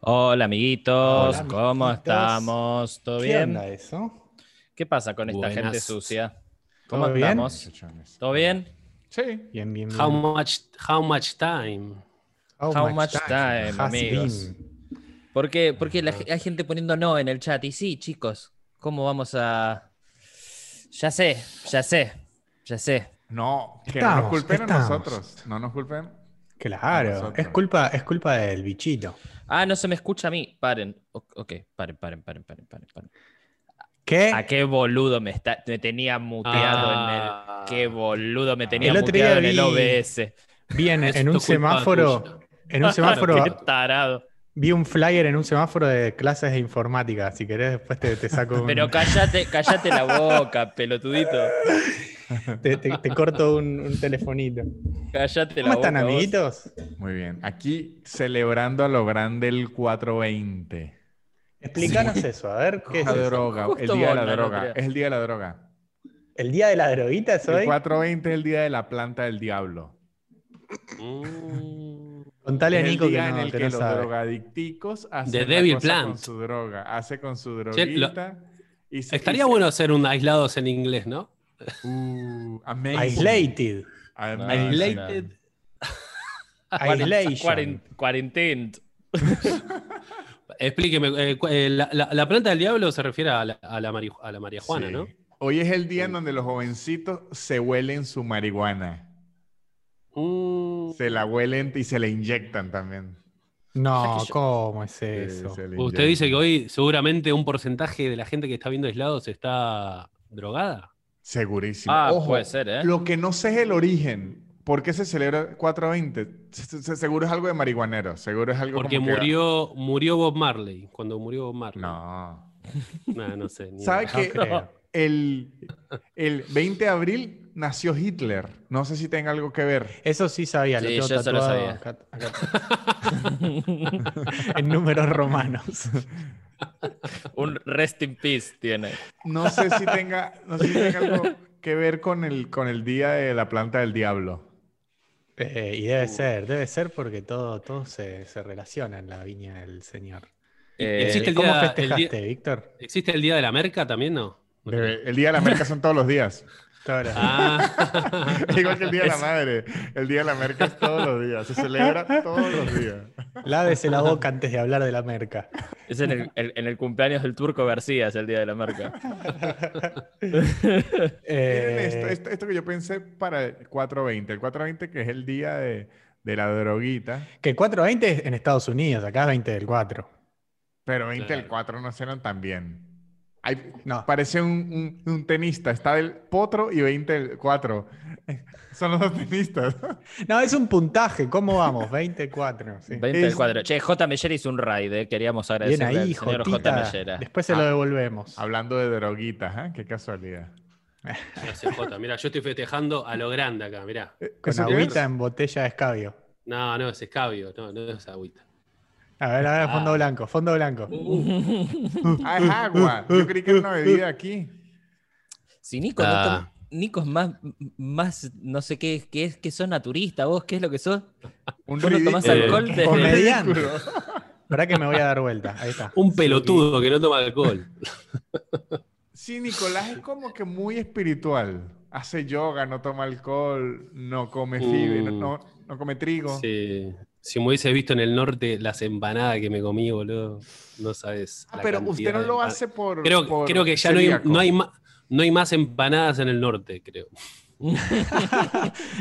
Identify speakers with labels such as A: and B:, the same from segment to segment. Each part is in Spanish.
A: Hola amiguitos,
B: Hola,
A: ¿cómo
B: amiguitos.
A: estamos? ¿Todo
B: ¿Qué
A: bien?
B: onda eso?
A: ¿Qué pasa con esta
C: Buenas.
A: gente sucia? ¿Cómo
B: ¿Todo bien?
A: andamos? ¿Todo bien?
D: Sí.
B: Bien, bien, bien.
C: How much, how much time?
A: how much time,
B: has
A: amigos?
B: been?
A: ¿Por qué? Porque la ge- hay gente poniendo no en el chat. Y sí, chicos, ¿cómo vamos a...? Ya sé, ya sé, ya sé.
D: No, que no
B: Estamos,
D: nos culpen a
B: estamos.
D: nosotros. No nos culpen.
B: Claro,
D: Nosotros.
B: es culpa, es culpa del bichito.
A: Ah, no se me escucha a mí. Paren. O- ok, paren, paren, paren, paren, paren. paren.
B: ¿Qué?
A: ¿A qué boludo me, está... me tenía muteado
C: Ah.
A: en el... Qué boludo me tenía
B: El otro día
A: muteado en el
B: vi-
A: OBS.
B: Vi en,
C: Es
B: en un
C: tu culpa
B: semáforo,
C: tuya.
B: en un semáforo,
A: Qué tarado.
B: vi un flyer en un semáforo de clases de informática. Si querés, después te, te saco un-
A: Pero cállate, cállate la boca, pelotudito.
B: te, te- te corto un, un telefonito.
A: Cállate la
B: ¿Cómo están,
A: boca. vos.
B: amiguitos?
D: Muy bien. Aquí celebrando a lo grande el 420.
B: Explícanos eso, a ver qué es
D: la
B: eso?
D: droga.
A: Justo
D: El día de
A: vos,
D: la
A: Nano,
D: droga.
A: creo.
D: Es el día de la droga.
B: ¿El día de la droguita es
D: El
B: hoy?
D: 420 es el día de la planta del diablo.
C: Mm.
B: Contale a
D: Es el
B: Nico que
D: día en
B: no,
D: el
B: que
D: que
B: no
D: los
B: sabe.
D: drogadicticos hacen
C: The
D: la
C: Devil
D: cosa
C: Plant.
D: con su droga. Hace con su
C: Che, lo-
D: droguita. y se-
C: Estaría
D: y se-
C: bueno hacer un aislados en inglés, ¿no?
D: Uh, amazing.
B: Isolated.
D: Amazing.
A: No,
C: Isolated.
B: Isolation.
A: Cuaren- Cuarentena.
C: Explíqueme, eh, cu- eh, la, la- la planta del diablo se refiere a la, a la, mariju- a la marihuana,
D: Sí.
C: ¿no?
D: Hoy es el día en donde los jovencitos se huelen su marihuana.
C: Mm.
D: Se la huelen y se la inyectan también.
B: No,
A: Es que yo-
B: ¿cómo es
D: Sí,
B: eso?
D: se la
C: ¿Usted dice que
D: inyectan.
C: hoy seguramente un porcentaje de la gente que está viendo aislados está drogada?
D: Segurísimo.
A: Ah,
D: Ojo,
A: puede ser, ¿eh?
D: Lo que no sé es el origen. ¿Por qué se celebra 420? Se- se- Seguro es algo de marihuanero. Seguro es algo
C: Porque
D: como que-
C: murió, murió Bob Marley, cuando murió Bob Marley.
D: No.
C: No, no sé. ni
D: ¿Sabe
C: idea.
B: No
D: que
B: creo.
D: el, el 20 de abril nació Hitler? No sé si tenga algo que ver.
B: Eso sí sabía,
A: Sí,
B: lo
A: yo
B: tengo
A: eso lo
B: tatuado
A: sabía.
B: acá- acá- en números romanos.
A: Un rest in peace tiene.
D: No sé si tenga, no sé si tenga algo que ver con el, con el día de la planta del diablo.
B: Eh, y
D: Uh.
B: debe ser, debe ser porque todo, todo se, se relaciona en la viña del Señor.
A: Eh,
C: Existe el
B: ¿Cómo
C: día- el
B: festejaste, Víctor?
C: ¿Existe el día de la merca también, no? No creo.
D: Bebé, El día de la merca son todos los días.
B: Todas las-
C: Ah,
D: Igual que el día de la madre. El día de la merca es todos los días. Se celebra todos los días.
B: Lávese la boca antes de hablar de la merca.
A: Es en el, el- en el cumpleaños del turco García, es el día de la marca.
D: Miren
B: Eh,
D: esto, esto, esto que yo pensé para el 420. El 420 que es el día de, de la droguita.
B: Que 420 es en Estados Unidos, acá es 20 del 4.
D: Pero 20 del
C: Claro.
D: 4 no serán tan bien. Ay,
B: No.
D: Parece un, un- un tenista. Está del potro y 20 del 4. Son los dos tenistas.
B: No, es un puntaje. ¿Cómo vamos? 24. sí.
A: 20 del
D: Es-
A: cuadro. Che, J. Meyer hizo un raid, eh. queríamos
B: Bien
A: agradecerle
B: ahí,
A: al señor J.
B: Jotita.
A: Mellera.
B: Después se lo
D: Ah.
B: devolvemos.
D: Hablando de droguitas, ¿ah? Qué casualidad.
C: gracias, Jota. Mira, yo estoy festejando a lo grande acá, mirá.
B: Eh, Con
D: ¿Eso qué
B: agüita
D: es?
B: en botella de escabio.
C: No, no, es escabio, no, no es agüita.
B: A ver, a ver, fondo
C: Ah.
B: blanco, fondo blanco.
D: Ah, es agua. Yo creí que era una bebida aquí.
A: Si Nico, no
C: Ah.
A: to- Nico es más, más, no sé qué, es- qué es, que son naturista, vos, ¿qué es lo que sos?
D: Un
A: Vos no tomás
D: ridículo.
A: alcohol desde-
B: Comediante.
D: Ridículo.
B: ¿Verdad que me voy a dar vuelta? Ahí está.
C: Un pelotudo que no toma alcohol.
D: Sí, Nicolás es como que muy espiritual. Hace yoga, no toma alcohol, no come fibra, no,
C: Mm.
D: no- no come trigo.
C: Sí. Si me hubiese visto en el norte las empanadas que me comí, boludo, no sabes.
D: Ah,
C: la
D: pero
C: cantidad
D: usted no
C: de
D: lo
C: empan-
D: hace por.
C: Creo,
D: por
C: creo que ya no hay,
D: celíaco.
C: no hay ma- no hay más empanadas en el norte, creo.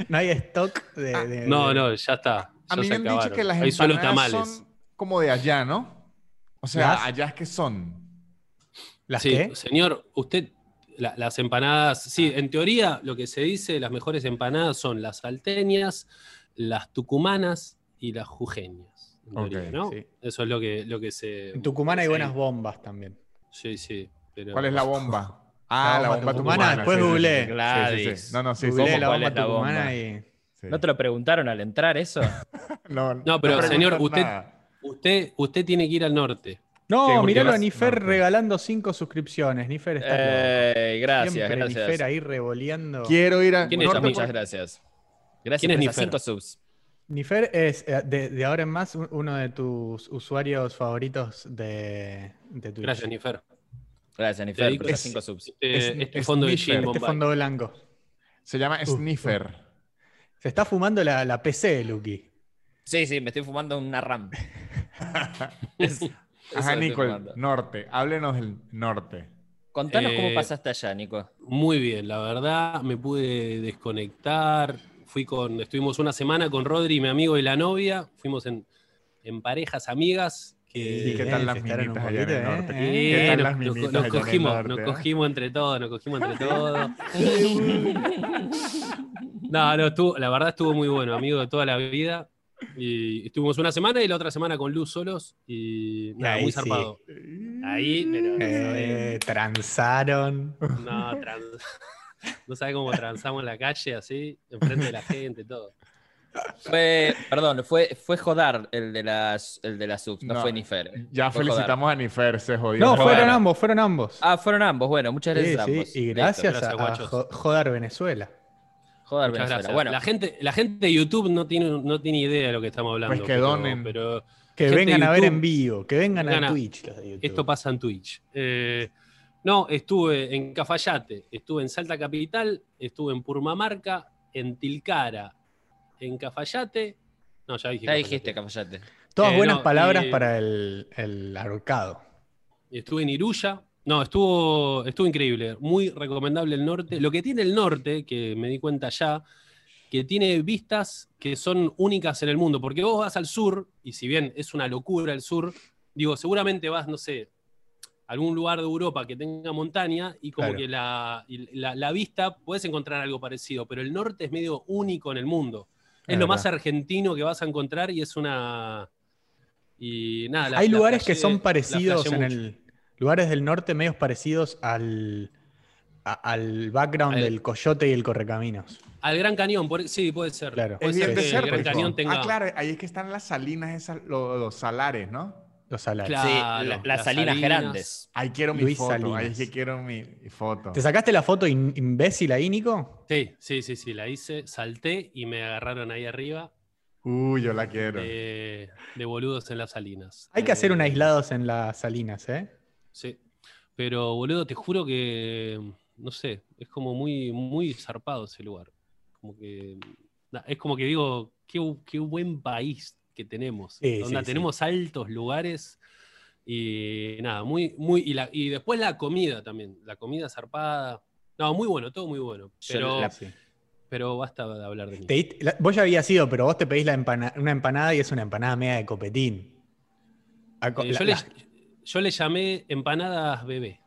B: No hay stock de. de-
C: Ah. No, no, ya está.
D: Eh, A
C: ya
D: mí
C: se
D: me han dicho
C: acabaron.
D: que las
C: Hay solo
D: empanadas
C: tamales.
D: son como de allá, ¿no? O sea,
B: ¿Las?
D: allá es que son.
B: ¿Las
C: sí,
B: qué?
C: señor, usted, la- las empanadas, sí, en teoría lo que se dice, las mejores empanadas son las salteñas, las tucumanas y las jujeñas. en
D: Ok,
C: teoría, ¿no?
B: sí.
C: Eso es lo que, lo que se...
B: En Tucumán hay
C: sí.
B: buenas bombas también.
C: Sí, sí. pero-
D: ¿Cuál es la bomba? Ah, la bomba
B: tucumana,
D: tucumana.
B: después
D: sí, sí, sí.
B: googleé.
D: Sí, sí, sí.
A: Gladys.
D: No, no, sí,
B: Googleé
D: somos-
B: la
A: cuál
B: bomba
A: es la
B: tucumana
A: bomba.
B: y.
D: sí.
A: ¿No te lo preguntaron al entrar eso?
D: No,
C: No, pero,
D: preguntan
C: señor, usted-
D: nada.
C: Usted, usted tiene que ir al norte.
D: Sí,
B: No,
D: porque
B: miralo a
D: vas-
B: Nifer
D: no,
B: regalando cinco suscripciones. Nifer está. loco.
A: Eh, gracias,
B: Siempre
A: gracias.
B: Nifer ahí revoleando.
D: Quiero ir a.
C: ¿Quién
A: Muchas,
C: es
D: Norte
C: Nifer?
A: muchas gracias. Gracias
C: ¿Quién es
A: por esas
C: Nifer?
A: cinco subs.
B: Nifer es eh, de, de ahora en más un- uno de tus usuarios favoritos de, de Twitch.
C: Gracias, Nifer.
A: Gracias, Nifer, por
C: dedico-
A: esas
B: es-
A: cinco subs.
C: Este,
B: Es-
C: este
D: es
C: fondo de
D: Nifer,
C: Gin
B: Este
C: Bombay.
B: fondo blanco.
D: Se
C: Uh.
D: llama Sniffer.
B: Se está fumando la, la PC, Lucky.
A: Sí, sí, me estoy fumando una RAM. Es- eso
D: Ajá,
A: estoy
D: Nicole,
A: fumando.
D: norte. Háblenos del norte.
A: Contanos cómo
C: Eh,
A: pasaste allá, Nico.
C: Muy bien, la verdad, me pude desconectar. Fui con, estuvimos una semana con Rodri, mi amigo y la novia. Fuimos en, en parejas amigas. Que,
D: ¿Y qué tal
B: Eh,
D: las
B: se estaron
D: minitas
B: un
D: allá en el
B: poquito,
D: norte?
B: eh,
D: ¿Qué
C: Eh,
D: tal
C: nos,
D: las
C: nos-
D: minitas
C: nos
D: allá en el
C: cogimos,
D: norte,
C: nos
D: eh?
C: cogimos entre todos, nos cogimos entre todos. no, no, estuvo- la verdad estuvo muy bueno, amigo de toda la vida. Y estuvimos una semana y la otra semana con Luz solos y nada,
B: Ahí
C: muy
B: sí.
C: zarpado. Ahí, pero no
B: Eh, transaron.
C: sabés- no, trans- no sabés cómo transamos en la calle así, enfrente de la gente, todo.
A: Fue, perdón, fue, fue Jodar el de las, el de las subs, no,
D: No.
A: fue Nifer.
D: Ya
A: Fue
D: felicitamos a Nifer, se jodió.
B: No,
A: Bueno.
B: fueron ambos, fueron ambos.
A: Ah, fueron ambos, bueno, muchas
B: Sí,
A: gracias a
B: sí,
A: ambos.
B: Y
A: Listo.
B: gracias, a-
C: gracias,
B: a,
C: guachos.
B: Jo- Jodar Venezuela.
A: Jodar,
C: Muchas
A: Venezuela.
C: gracias.
A: Bueno,
C: la, gente, la gente de YouTube no tiene, no tiene idea de lo que estamos hablando.
D: Pues que
C: pero-
D: donen.
C: pero
B: Que
C: Gente de
B: vengan a ver
C: YouTube.
B: en vivo, que vengan
C: Vengan
B: a
C: a-
B: Twitch. los de YouTube.
C: Esto pasa en Twitch. Eh, no, estuve en Cafayate, estuve en Salta Capital, estuve en Purmamarca, en Tilcara, en Cafayate. No, ya dije.
A: ya
C: Cafayate.
A: dijiste, Cafayate.
B: Todas
C: eh,
B: buenas
C: no,
B: palabras
C: y-
B: para el, el ahorcado.
C: Estuve en Iruya. No, estuvo, estuvo increíble. Muy recomendable el norte. Lo que tiene el norte, que me di cuenta ya, que tiene vistas que son únicas en el mundo. Porque vos vas al sur, y si bien es una locura el sur, digo, seguramente vas, no sé, a algún lugar de Europa que tenga montaña y como
B: Claro.
C: que la, y la- la vista puedes encontrar algo parecido. Pero el norte es medio único en el mundo. Es
B: Es
C: lo
B: verdad.
C: más argentino que vas a encontrar y es una. Y nada, la-
B: Hay
C: la
B: lugares que
C: flashé-
B: son
C: la
B: parecidos
C: flashé
B: en
C: mucho.
B: el. Lugares del norte medios parecidos al, a- al background
C: Al-
B: del coyote y el correcaminos.
C: Al Gran Cañón, por- Pues sí, puede ser.
B: Claro.
C: Puede
D: Es
C: ser
D: bien
C: que el
D: desértico.
C: Gran Cañón tenga.
D: Ah, claro, ahí es que están las salinas, esas, lo- los, salares, ¿no?
B: Los salares.
C: Claro.
A: Sí, la- las
C: las
A: salinas
C: salinas.
A: grandes.
D: Ahí quiero mi
B: Luis
D: foto, ahí
B: Salinas.
D: es que quiero mi foto.
B: ¿Te sacaste la foto in- imbécil ahí, Nico?
C: Sí, sí, sí, sí, la hice, salté y me agarraron ahí arriba
D: Uy, yo la quiero.
C: Eh, de, de boludos en las salinas.
B: Hay que hacer un
C: Eh,
B: aislados en las salinas, ¿eh?
C: Sí. Pero, boludo, te juro que, no sé, es como muy, muy zarpado ese lugar. Como que, na- es como que digo, qué, bu- qué buen país que tenemos.
B: Sí,
C: Onda,
B: sí, sí.
C: tenemos altos lugares y nada, muy, muy, y, la- y después la comida también, la comida zarpada. No, muy bueno, todo muy bueno.
A: Yo
C: Pero,
A: la-
B: Sí.
C: pero basta de hablar de mí.
B: Te diste- la- vos ya habías ido, pero vos te pedís la empana- una empanada y es una empanada media de copetín. A co-
C: Eh,
B: la-
C: yo, le,
B: la-
C: yo le llamé empanadas bebé.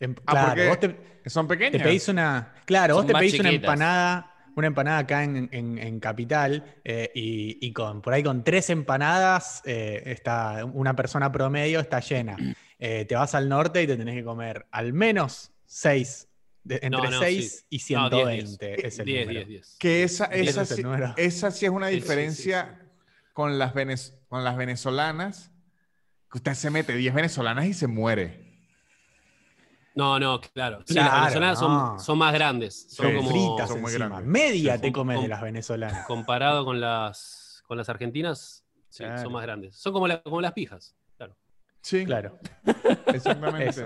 B: em-
D: Ah,
B: claro,
D: porque-
B: vos te,
D: ¿Son
B: Te
D: pequeñas?
B: pedís una. Claro,
A: Son
B: vos te
A: más
B: pedís una
A: chiquitas.
B: empanada, una empanada acá en, en- en Capital, eh, y, y con, por ahí con tres empanadas, eh, está, una persona promedio está llena. Eh, te vas al norte y te tenés que comer al menos seis. de- entre
C: No, no,
B: 6 y
C: No, diez,
B: 120 es el
C: 10,
B: número.
C: 10, 10.
D: Que esa,
B: Ese
D: esa,
B: es el
D: sí,
B: número.
D: esa sí es una
C: Sí, sí, sí,
D: diferencia Con, las venez- con las venezolanas. Que usted se mete 10 venezolanas y se muere.
C: No, no, claro. Sí,
B: Claro,
C: las venezolanas
B: no.
C: son, son más grandes. Son
D: Sí,
C: como
B: fritas
D: son muy
B: encima.
D: grandes.
B: Media
C: Sí,
B: te
C: son-
B: comes de
C: son-
B: las venezolanas.
C: comparado con las, con las argentinas, sí,
B: Claro.
C: son más grandes. Son como, la- como las pijas. Claro.
D: Sí,
B: Claro.
D: exactamente.
B: Eso.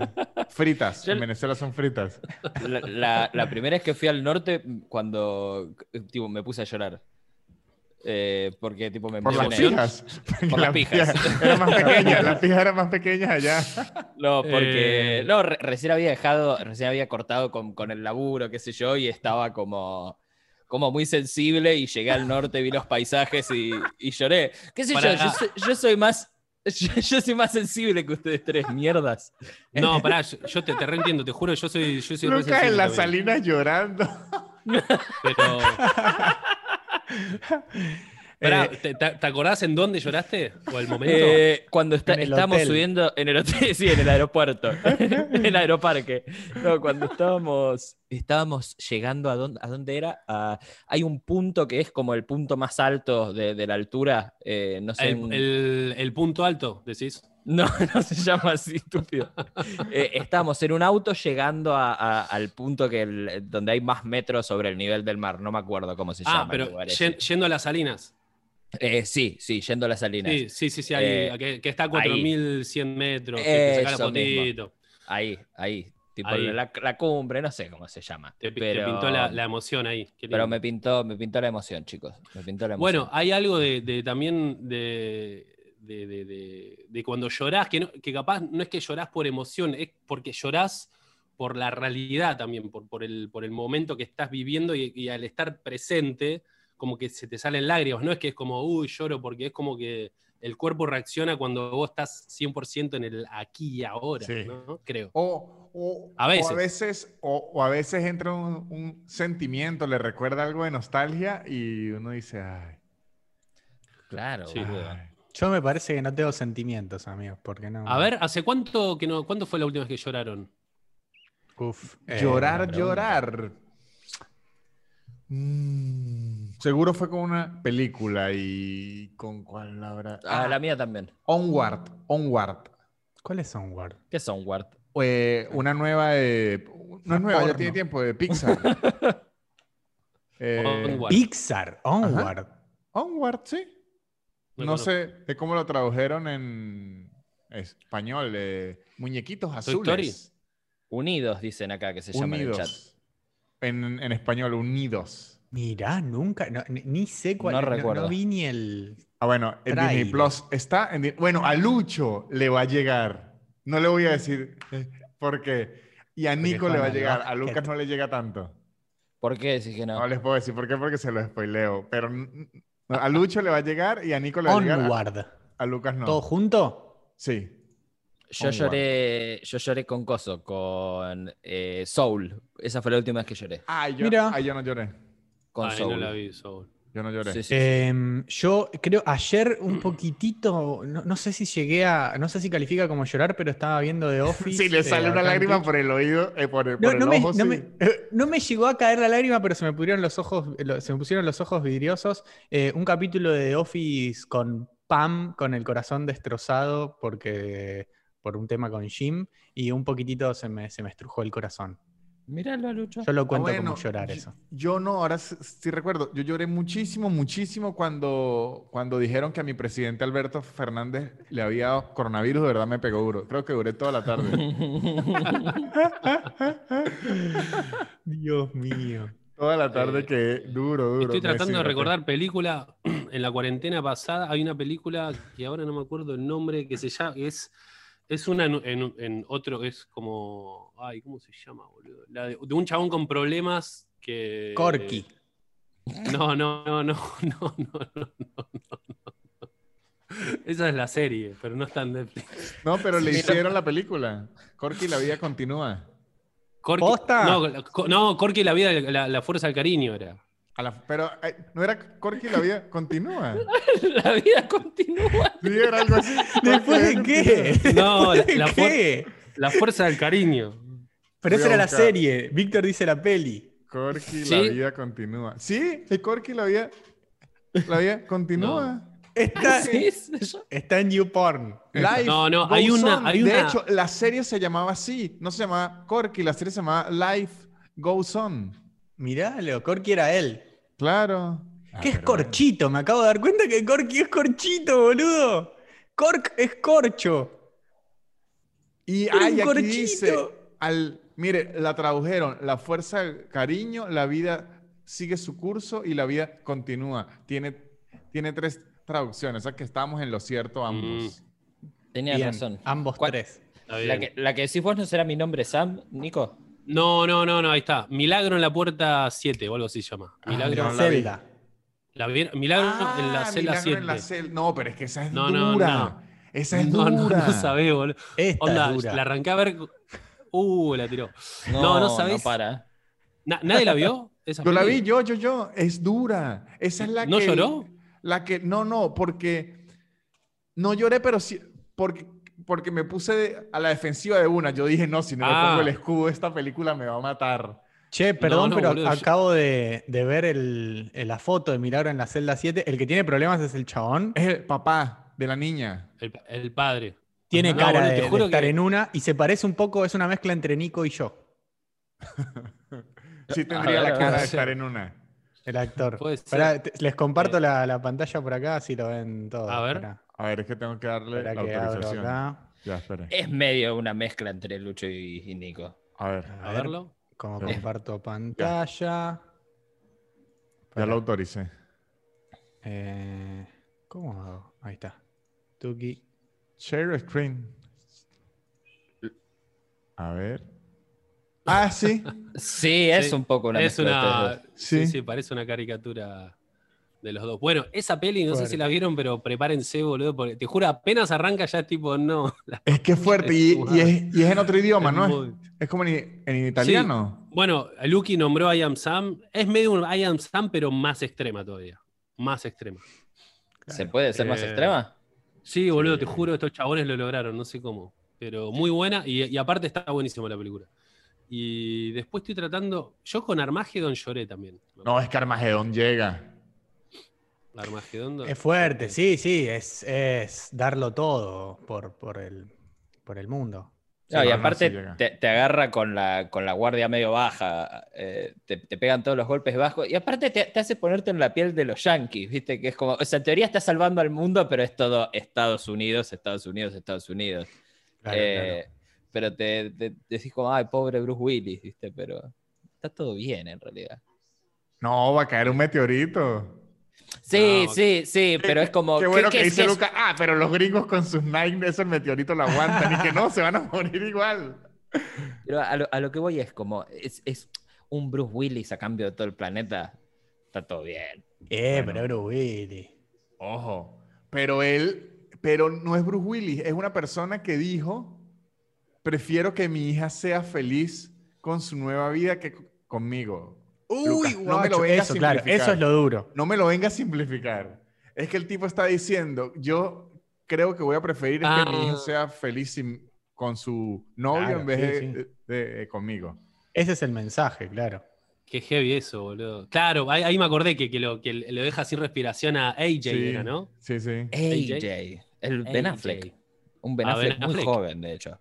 D: Fritas.
A: Yo-
D: En Venezuela son fritas.
A: La, la- la primera vez que fui al norte, cuando eh, tipo, me puse a llorar. Eh, porque tipo me
D: Por las
A: emocioné.
D: pijas. Porque
A: Por las
D: la
A: pijas.
D: pija Era más pequeña. Las pijas eran más pequeñas allá.
A: No, porque.
C: Eh.
A: No, re- recién había dejado, recién había cortado con, con el laburo, qué sé yo, y estaba como. Como muy sensible y llegué al norte, vi los paisajes y, y lloré. ¿Qué sé
C: Pará.
A: yo? Yo soy, yo soy más. Yo, yo soy más sensible que ustedes tres mierdas.
C: No, pará, yo, yo te, te reentiendo, te juro, yo soy. Yo soy re
D: Lucas en
C: sensible
D: las
C: también,
D: salinas llorando.
C: Pero. Pará,
B: Eh,
C: ¿te, te- te acordás en dónde lloraste? ¿O el momento?
A: Eh, cuando está,
B: En el
A: estábamos
B: hotel.
A: subiendo en el hotel, sí, en el aeropuerto, en el aeroparque. No, cuando estábamos, estábamos llegando a dónde, a dónde era, a- hay un punto que es como el punto más alto de, de la altura, eh, no sé,
C: el,
A: un-
C: el- el punto alto, decís.
A: no, no se llama así, estúpido. Eh, estábamos en un auto llegando a- a- al punto que el- donde hay más metros sobre el nivel del mar, no me acuerdo cómo se
C: Ah,
A: llama. el
C: pero
A: lugar ese.
C: yen- yendo a las salinas.
A: Eh, sí, sí, yendo a las salinas.
C: Sí, sí, sí, sí, ahí,
A: Eh,
C: que, que está a
A: ahí.
C: 4100 metros, que te saca la
A: Eso mismo.
C: fotito.
A: Ahí, ahí. Tipo
C: Ahí.
A: La, la cumbre, no sé cómo se llama.
C: Te, pi- te
A: pero,
C: pintó la, la emoción ahí. qué lindo.
A: pero me pintó, me pintó la emoción, chicos. Me pintó la emoción.
C: Bueno, hay algo de, de también de, de- de- de- de cuando llorás, que, no- que capaz no es que llorás por emoción, es porque llorás por la realidad también, por, por el, por el momento que estás viviendo y, y al estar presente, como que se te salen lágrimas, no es que es como, uy, lloro, porque es como que el cuerpo reacciona cuando vos estás 100% en el aquí y ahora,
D: Sí.
C: ¿no? Creo.
D: O, o-
C: A
D: o
C: veces.
D: a veces, o, o a veces entra un, un sentimiento, le recuerda algo de nostalgia y uno dice, ay,
A: claro.
C: Sí.
A: boludo.
D: ay.
B: Yo me parece que no tengo sentimientos, amigos, porque no.
C: A ver, ¿hace cuánto que no, cuándo fue la última vez que lloraron?
B: Uf, eh,
D: llorar,
A: buena pregunta.
D: llorar. Mm, seguro fue con una película y con cuál habrá.
A: Ah,
D: Ah,
A: la mía también.
D: Onward, Onward.
B: ¿Cuáles son Word?
A: ¿Qué son, Ward?
D: Eh, una nueva de. No es nueva,
B: Porno.
D: ya tiene tiempo, de Pixar. Eh,
C: Onward.
B: Pixar, Onward.
D: Onward, sí.
C: No
D: No
C: conozco.
D: sé de cómo lo tradujeron en español. eh, muñequitos
C: Toy Story.
D: azules.
A: Unidos, dicen acá que se llama en el chat.
D: Unidos. En, en español, unidos.
B: Mirá, nunca, no, ni, ni sé cuál.
A: No recuerdo.
B: vi ni el.
D: Ah, bueno, en Disney
B: Trailer.
D: Plus está. en Di- bueno, a Lucho le va a llegar. No le voy a decir eh, por qué. Y a Nico
B: Juan
D: le va a
B: Alba,
D: llegar. A
B: que-
D: Lucas no le llega tanto.
A: ¿Por qué decís que no?
D: No les puedo decir por qué, porque se lo spoileo. Pero n- n- a Lucho le va a llegar y a Nico le va a llegar. A,
B: Onward.
D: a Lucas no.
B: ¿Todo junto?
D: Sí.
A: Yo
D: Onward.
A: lloré, yo lloré con Coso, con eh, Soul. Esa fue la última vez que lloré.
D: Ah, yo,
B: Mira.
D: ay, yo no lloré.
A: Con
C: Ay, no
A: Soul.
C: la vi, Soul.
D: Yo no lloré.
A: Sí,
C: Eh,
A: sí,
B: Em, yo creo ayer un poquitito, no, no sé si llegué a, no sé si califica como llorar, pero estaba viendo The Office.
D: Sí, le
B: eh,
D: sale
B: acá
D: una
B: en
D: lágrima
B: Twitch.
D: por el oído, eh, por, el-
B: No,
D: por el
B: no me,
D: ojo,
B: no
D: sí.
B: me- eh, no me llegó a caer la lágrima, pero se me pusieron los ojos, lo- se me pusieron los ojos vidriosos. Eh, un capítulo de The Office con Pam, con el corazón destrozado porque por un tema con Jim, y un poquitito se me, se me estrujó el corazón.
A: Míralo, Lucho.
B: Yo lo
D: Ah,
B: cuento
D: bueno,
B: como llorar
D: yo-
B: eso.
D: Yo no, ahora s- sí recuerdo. Yo lloré muchísimo, muchísimo cuando, cuando dijeron que a mi presidente Alberto Fernández le había dado coronavirus. De verdad me pegó duro. Creo que duré toda la tarde.
B: Dios mío.
D: toda la tarde
C: Eh,
D: que duro, duro.
C: Estoy
D: me
C: tratando de
D: deshidraté.
C: recordar película en la cuarentena pasada. Hay una película que ahora no me acuerdo el nombre que se llama. Es, es una en, en- en otro, es como. Ay, ¿cómo se llama, boludo? La de, de un chabón con problemas que.
B: Corky.
C: No, no, no, no, no, no, no, no, no. Esa es la serie, pero no está en Netflix.
D: No, pero le hicieron la película. Corky, la vida continúa.
C: Corky,
B: ¿Posta?
C: No, la- co- no, Corky la vida, la, la fuerza del cariño era.
D: A la- pero eh, no era Corky, la vida continúa.
A: la vida continúa.
D: Sí, era algo así.
B: ¿Después de qué?
C: No, la,
B: ¿De
C: la fuer-
B: qué?
C: la fuerza del cariño.
B: Pero
D: Voy
B: esa
D: a
B: era la
D: buscar.
B: serie. Víctor dice la peli.
D: Corky,
A: Sí.
D: la vida continúa. Sí, el Corky, la vida, la vida continúa.
B: Está,
A: Sí, sí, yo-
B: está en YouPorn.
D: Life
C: No, no,
D: goes
C: hay una-
D: on.
C: hay
D: De
C: una-
D: hecho, la serie se llamaba así, no se llamaba Corky, la serie se llamaba Life Goes On.
B: Miralo, Corky era él.
D: Claro.
B: ¿Qué es corchito? Me acabo de dar cuenta que Corky es corchito, boludo. Cork es corcho.
D: Y
B: Era un
D: hay aquí
B: corchito.
D: dice, al, mire, la tradujeron, la fuerza, el cariño, la vida sigue su curso y la vida continúa. Tiene, tiene tres traducciones, o sea que estamos en lo
C: Mm.
D: cierto ambos.
A: Tenías
B: Bien,
A: razón.
B: Ambos
A: ¿Cuál-
B: tres.
C: Ah, Está
A: La
C: bien.
A: que, la que decís vos no será mi nombre, Sam, Nico.
C: No, no, no, no, ahí está. Milagro en la puerta 7 o algo así se llama.
B: Ah,
C: Milagro,
D: no la vi.
B: Zelda.
C: la vi- milagro en la
D: Ah,
C: celda
D: Milagro en la
C: 7.
D: cel- No, pero es que esa es
C: No, no,
D: dura.
C: no.
D: Esa es
C: No,
D: dura.
C: no, no sabés, boludo.
B: Esta
C: Onda,
B: es dura.
C: la arranqué a ver. Uh, la tiró. No, no sabés.
A: para.
C: Na- ¿Nadie la vio? Esa
D: Yo la
C: peli?
D: vi, yo, yo, yo. Es dura. Esa es la
C: ¿No
D: que.
C: lloró?
D: La que. No, no, porque. No lloré, pero sí. Porque, porque me puse de- a la defensiva de una. Yo dije, no, si no
C: Ah.
D: le pongo el escudo, esta película me va a matar.
B: Che, perdón,
C: no,
B: pero
C: boludo, yo-
B: acabo de, de ver el- el- la foto de Milagro en la celda 7. El que tiene problemas es el chabón.
D: Es el papá de la niña.
C: El, el padre.
B: Tiene
C: No,
B: cara
C: boludo,
B: de,
C: te
B: de
C: juro
B: estar
C: que-
B: en una y se parece un poco, es una mezcla entre Nico y yo.
D: Sí tendría
A: A ver,
D: la
A: a
D: cara
C: ver.
D: de estar en una.
B: El actor.
C: Puede ser.
B: Pará, te- les comparto
C: Eh.
B: la, la pantalla por acá, así lo ven todo.
C: A ver.
B: Pará,
D: A ver, es que tengo que darle
B: pará
D: la
B: que abro
D: autorización.
B: acá.
D: Ya, espera.
A: Es medio una mezcla entre Lucho y, y Nico.
D: A ver,
C: A verlo.
B: Como
D: Ya.
B: comparto pantalla.
D: ya
B: Pará.
D: lo autoricé.
B: Eh, ¿Cómo hago? Ahí está. Tuki.
D: Share screen. A ver. Ah, sí.
A: Sí, es
C: Sí,
A: un poco una
C: es
A: mezcla. de
C: una.
A: ustedes
D: Sí.
C: Sí, sí, parece una caricatura de los dos. Bueno, esa peli, no sé
B: Fuerte.
C: si la vieron, pero prepárense, boludo, porque te juro, apenas arranca ya es tipo, no. la-
D: Es que es fuerte y, y es, y es en otro idioma,
C: es
D: ¿no? Es,
C: muy-
D: es como en, en italiano.
C: Bueno, Lucky nombró I Am Sam. Es medio un I Am Sam, pero más extrema todavía. Más extrema.
A: dos. ¿Se puede ser más
C: Eh,
A: extrema?
C: Sí, boludo, te juro, estos chabones lo lograron, no sé cómo. Pero muy buena y, y aparte está buenísima la película. Y después estoy tratando. Yo con Armagedón lloré también.
D: No, es que Armagedón llega.
C: Armagedón. no.
B: Es fuerte, sí, sí. Es, es darlo todo por, por, el, por el mundo.
A: No,
D: Sí,
A: y
D: no, no,
A: aparte
D: sí llega.
A: te, te agarra con la, con la guardia medio baja, eh, te, te pegan todos los golpes bajos, y aparte te, te hace ponerte en la piel de los yankees, ¿viste? Que es como, o sea, en teoría está salvando al mundo, pero es todo Estados Unidos, Estados Unidos, Estados Unidos.
B: Claro,
A: Eh, Pero te, te- te decís como, ay, pobre Bruce Willis, ¿viste? Pero está todo bien en realidad.
D: No, va a caer un meteorito.
A: Sí,
C: No,
A: sí, sí, pero es como...
D: Qué bueno
A: ¿qué-
D: que
A: qué es-
D: dice
A: qué es-
D: Luca. Ah, pero los gringos con sus Nike, eso el meteorito lo aguantan. y que no, se van a morir igual.
A: Pero a lo, a lo que voy es como, es, es un Bruce Willis a cambio de todo el planeta, está todo bien.
B: claro. Eh,
D: Bueno.
B: pero Bruce Willis.
D: Ojo. Pero él, pero no es Bruce Willis, es una persona que dijo, prefiero que mi hija sea feliz con su nueva vida que c- conmigo. Lucas, no me lo
B: guacho,
D: vengas
B: Eso,
D: a
B: claro,
D: simplificar.
B: eso es lo duro.
D: No me lo venga a simplificar. Es que el tipo está diciendo, yo creo que voy a preferir es que mi
C: Ah.
D: hijo sea feliz sin- con su novio
B: Claro,
D: en vez
B: sí,
D: de,
B: sí.
D: de- de- eh, conmigo.
B: Ese es el mensaje, claro.
C: Qué heavy eso, boludo. Claro, ahí, ahí me acordé que, que lo, que lo deja sin respiración a AJ,
D: Sí.
C: era, ¿no?
D: Sí, sí.
A: Eh, AJ, el Ben Affleck. Un Ben
C: Ah,
A: Affleck,
C: Ben
A: muy
C: Affleck.
A: joven, de hecho.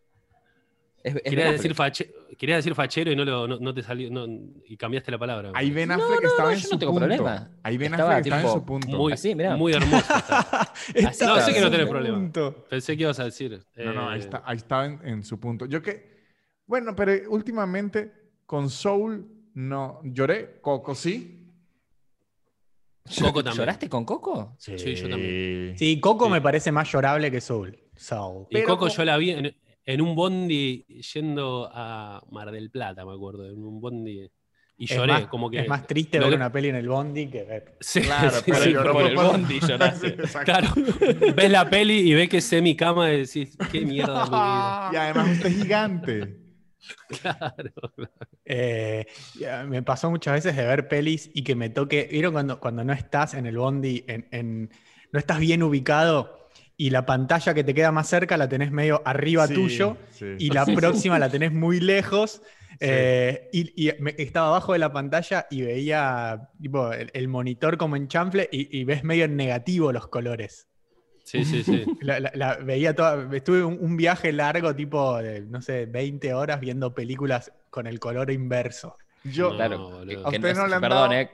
A: Es- es
C: Quería
A: Ben
C: decir,
A: Affleck.
C: fache- quería decir fachero y no, lo, no, no te salió no- y cambiaste la palabra.
D: Ahí Ben
A: No,
D: Affleck
A: no,
D: estaba
A: no,
D: en
A: yo
D: su
A: no tengo
D: punto.
A: problema.
D: Ahí Ben
A: Estaba,
D: Affleck estaba en
A: tipo,
D: su punto.
C: muy,
A: Así, Ah, mirá.
C: muy hermoso. está.
A: Así
C: No,
A: está.
C: sé que no
B: tiene
C: tenés problema. Pensé que ibas a decir.
D: No, no, ahí,
C: eh,
D: está, ahí estaba en, en su punto. Yo que, bueno, pero últimamente con Soul no lloré, Coco sí.
C: Coco también.
A: ¿Lloraste con Coco?
C: Sí, yo también.
D: Sí.
B: Sí, Coco
C: Sí.
B: me parece más llorable que Soul. Soul.
C: Y
D: Pero
C: Coco
D: con-
C: yo la vi en, en un bondi yendo a Mar del Plata, me acuerdo. En un bondi. Y
B: Es
C: lloré,
B: más-
C: como que.
B: Es más triste
C: lo
B: ver
C: que-
B: una peli en el Bondi que ver.
C: Sí,
D: Claro,
C: sí,
D: pero
C: sí,
D: lloró
C: por el
D: por-
C: bondi lloraste.
D: Exacto.
C: Claro, ves la peli y ves que es semi cama y decís, qué mierda mi vida.
D: Y además usted es gigante.
C: Claro.
B: Eh, ya, me pasó muchas veces de ver pelis y que me toque. ¿Vieron cuando, cuando no estás en el bondi, en, en- no estás bien ubicado y la pantalla que te queda más cerca la tenés medio arriba
D: Sí,
B: tuyo
D: sí.
B: y la próxima la tenés muy lejos? eh, y, y me- estaba abajo de la pantalla y veía tipo, el, el monitor como en chanfle y, y ves medio en negativo los colores.
C: Sí, sí, sí.
B: La, la- la veía toda, estuve un, un viaje largo, tipo, de, no sé, 20 horas viendo películas con el color inverso.
D: Yo, eh,
C: No,
A: claro.
C: boludo.
A: que-
C: ¿A
A: que
D: ustedes
A: no-
D: no le han
A: perdón,
D: dado?
A: eh,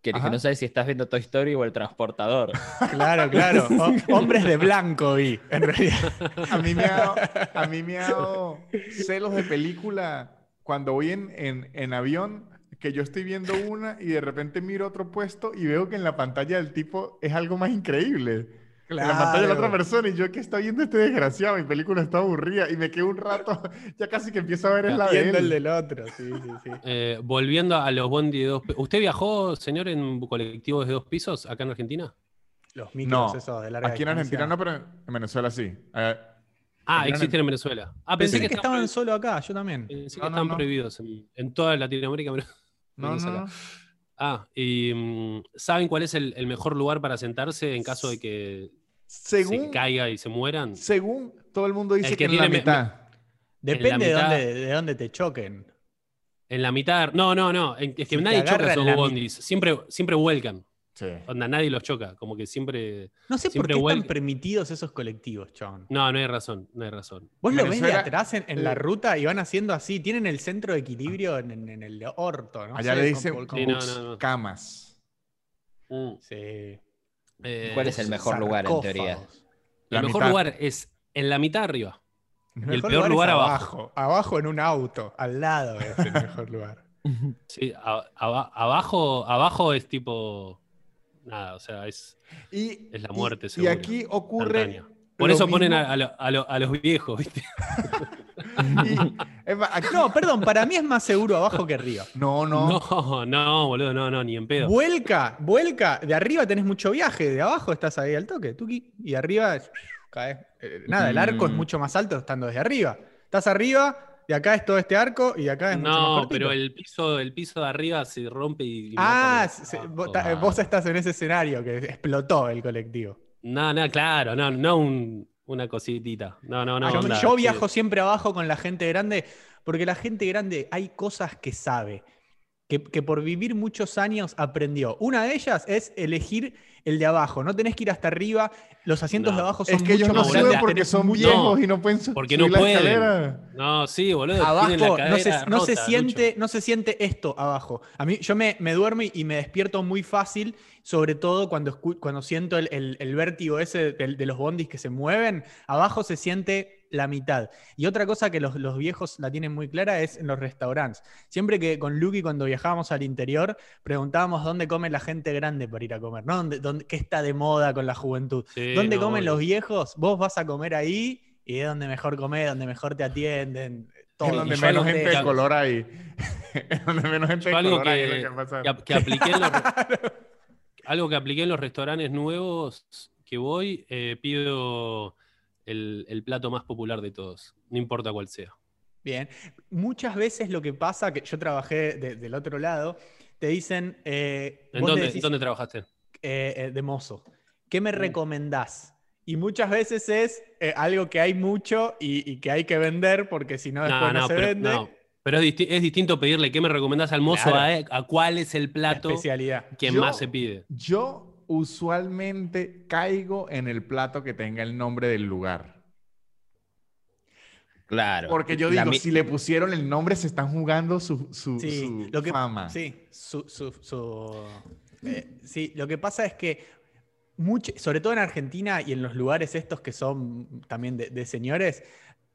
A: que, que
D: Ajá.
A: no sabes si estás viendo Toy Story o El Transportador.
B: Claro, claro. O- hombres de blanco vi, en realidad.
D: a mí me ha dado, a mí me ha dado celos de película cuando voy en, en- en avión, que yo estoy viendo una y de repente miro otro puesto y veo que en la pantalla del tipo es algo más increíble. En la pantalla de la otra persona y yo que está viendo este desgraciado, mi película está aburrida y me quedo un rato, ya casi que empiezo a ver es la de
B: Viendo el
D: él.
B: del otro, sí, sí, sí.
C: Eh, volviendo a los bondi de dos pi- ¿Usted viajó, señor, en colectivos de dos pisos acá en Argentina?
B: Los micros
D: No,
B: esos de larga
D: Aquí en Argentina no,
B: distancia.
D: pero en Venezuela sí. Eh,
C: Ah,
D: Acá en-
C: existen en Venezuela. Ah,
B: Pensé que
C: estaban,
B: estaban solo acá, yo también.
C: pensé que
D: No, no,
C: estaban
D: no.
C: Eh, prohibidos en, en toda Latinoamérica. pero-
D: no, no,
C: Venezuela.
D: no.
C: Ah, y mm, ¿saben cuál es el, el mejor lugar para sentarse en caso de que se
D: Según,
C: caiga y se mueran?
D: según todo el mundo dice que,
C: El que
D: en la
C: tiene me-
D: mitad.
B: Depende de
C: mitad-
B: dónde, de dónde te choquen.
C: En la mitad. No, no, no. en- es que
B: Si te
C: nadie choca
B: agarra en la
C: esos
B: mit-
C: bondis. Siempre, siempre vuelcan.
D: Sí.
C: Onda, nadie los choca. Como que siempre.
B: No sé por
C: Siempre
B: qué están
C: vuelve-
B: permitidos esos colectivos, John.
C: No, no hay razón. No hay razón.
B: Vos lo ves de
D: Venezuela-
B: atrás en, en la
D: Eh.
B: ruta y van haciendo así, tienen el centro de equilibrio en, en- en el orto, ¿no?
D: Allá
B: sé,
D: le
B: con-
D: dicen
B: con-
C: Sí, no, no, no.
D: camas.
C: Mm.
B: Sí.
C: Eh,
A: ¿Cuál es el mejor lugar, en teoría?
B: Sarcófagos.
C: el
D: La
C: mejor
D: mitad.
C: lugar es en la mitad arriba.
B: El,
C: el
B: mejor
C: peor lugar
B: es
C: abajo.
B: abajo. Abajo en un auto, al lado es el mejor lugar.
C: Sí, a- aba- abajo, abajo es tipo. Nada, o sea, es.
D: Y,
C: Es la
D: y-
C: muerte,
D: Y,
C: seguro.
D: aquí ocurre.
C: Instantánea. Por
D: lo
C: eso ponen
D: mismo-
C: a, a lo- a lo- a los viejos, ¿viste?
D: y- es más, aquí-
B: No, perdón, para mí es más seguro abajo que arriba.
D: no, no,
C: No, no, boludo, no, no, ni en pedo.
B: Vuelca, vuelca. De arriba tenés mucho viaje, de abajo estás ahí al toque, tuki. Y de arriba caes. Eh, nada, el arco es
A: Mm.
B: mucho más alto estando desde arriba. Estás arriba, de acá es todo este arco y de acá es mucho más
C: No,
B: cortito.
C: pero el piso, el piso de arriba se rompe y. y
B: Ah,
C: matan a-
B: se-
C: a-
B: vos, ta-
A: ah.
B: vos estás en ese escenario que explotó el colectivo.
C: No, no, claro, no, no un- una cositita. No, no, no.
B: Ah, yo-
C: onda,
B: yo
C: sí.
B: viajo siempre abajo con la gente grande, porque la gente grande hay cosas que sabe, que, que por vivir muchos años aprendió. Una de ellas es elegir el de abajo. No tenés que ir hasta arriba, los asientos
C: No.
B: de abajo son
D: es que ellos
B: mucho
D: no
C: más
D: suben
C: grandes,
D: porque
B: tenés
D: son
B: mucho-
D: viejos y no pueden su-
C: porque no
D: subir la
C: pueden.
D: escalera.
C: No, sí, boludo. tienen la
B: Abajo no se,
C: cadera
B: no se
C: rota,
B: siente,
C: Lucho.
B: no se siente esto abajo. A mí, yo me, me duermo y- y me despierto muy fácil, sobre todo cuando, escu- cuando siento el, el- el vértigo ese del- de, los bondis que se mueven. Abajo se siente la mitad. Y otra cosa que los, los viejos la tienen muy clara es en los restaurantes. Siempre que con Lucky, cuando viajábamos al interior, preguntábamos dónde come la gente grande para ir a comer, ¿no? ¿Dónde, dónde- qué está de moda con la juventud?
C: Sí,
B: ¿Dónde
C: no,
B: comen
C: obvio.
B: los viejos? Vos vas a comer ahí y es donde mejor comés, donde mejor te atienden. todo.
D: Es donde
C: yo
D: menos
C: algo-
D: gente
C: ya-
D: de color hay. Es donde menos gente
C: Yo
D: de
C: algo
D: color hay. es
C: que-
D: lo que pasa.
C: que, ap- que apliqué en los, algo que apliqué en los restaurantes nuevos que voy, eh, pido el, el plato más popular de todos, no importa cuál sea.
B: Bien. Muchas veces lo que pasa, que yo trabajé de- del otro lado, te dicen, eh,
C: ¿En
B: vos le
C: dónde,
B: decís,
C: en dónde Uh. trabajaste?
B: eh, eh, de mozo, ¿qué me recomendás? Y muchas veces es eh, algo que hay mucho y, y que hay que vender porque si no
C: No,
B: después no,
C: no,
B: Ah, se
C: pero,
B: vende.
C: no, pero es, disti- es distinto pedirle qué me recomendás al mozo
B: Claro.
C: a, a cuál es el
B: La
C: plato
B: especialidad.
C: que
D: Yo-
C: más se pide.
D: Yo usualmente caigo en el plato que tenga el nombre del lugar.
A: Claro.
D: Porque yo
A: La
D: digo,
A: mi-
D: si le pusieron el nombre, se están jugando su, su,
B: Sí,
D: su
B: lo que,
D: fama.
B: Sí, su- su- su- eh, sí, lo que pasa es que, mucho, sobre todo en Argentina y en los lugares estos que son también de, de señores,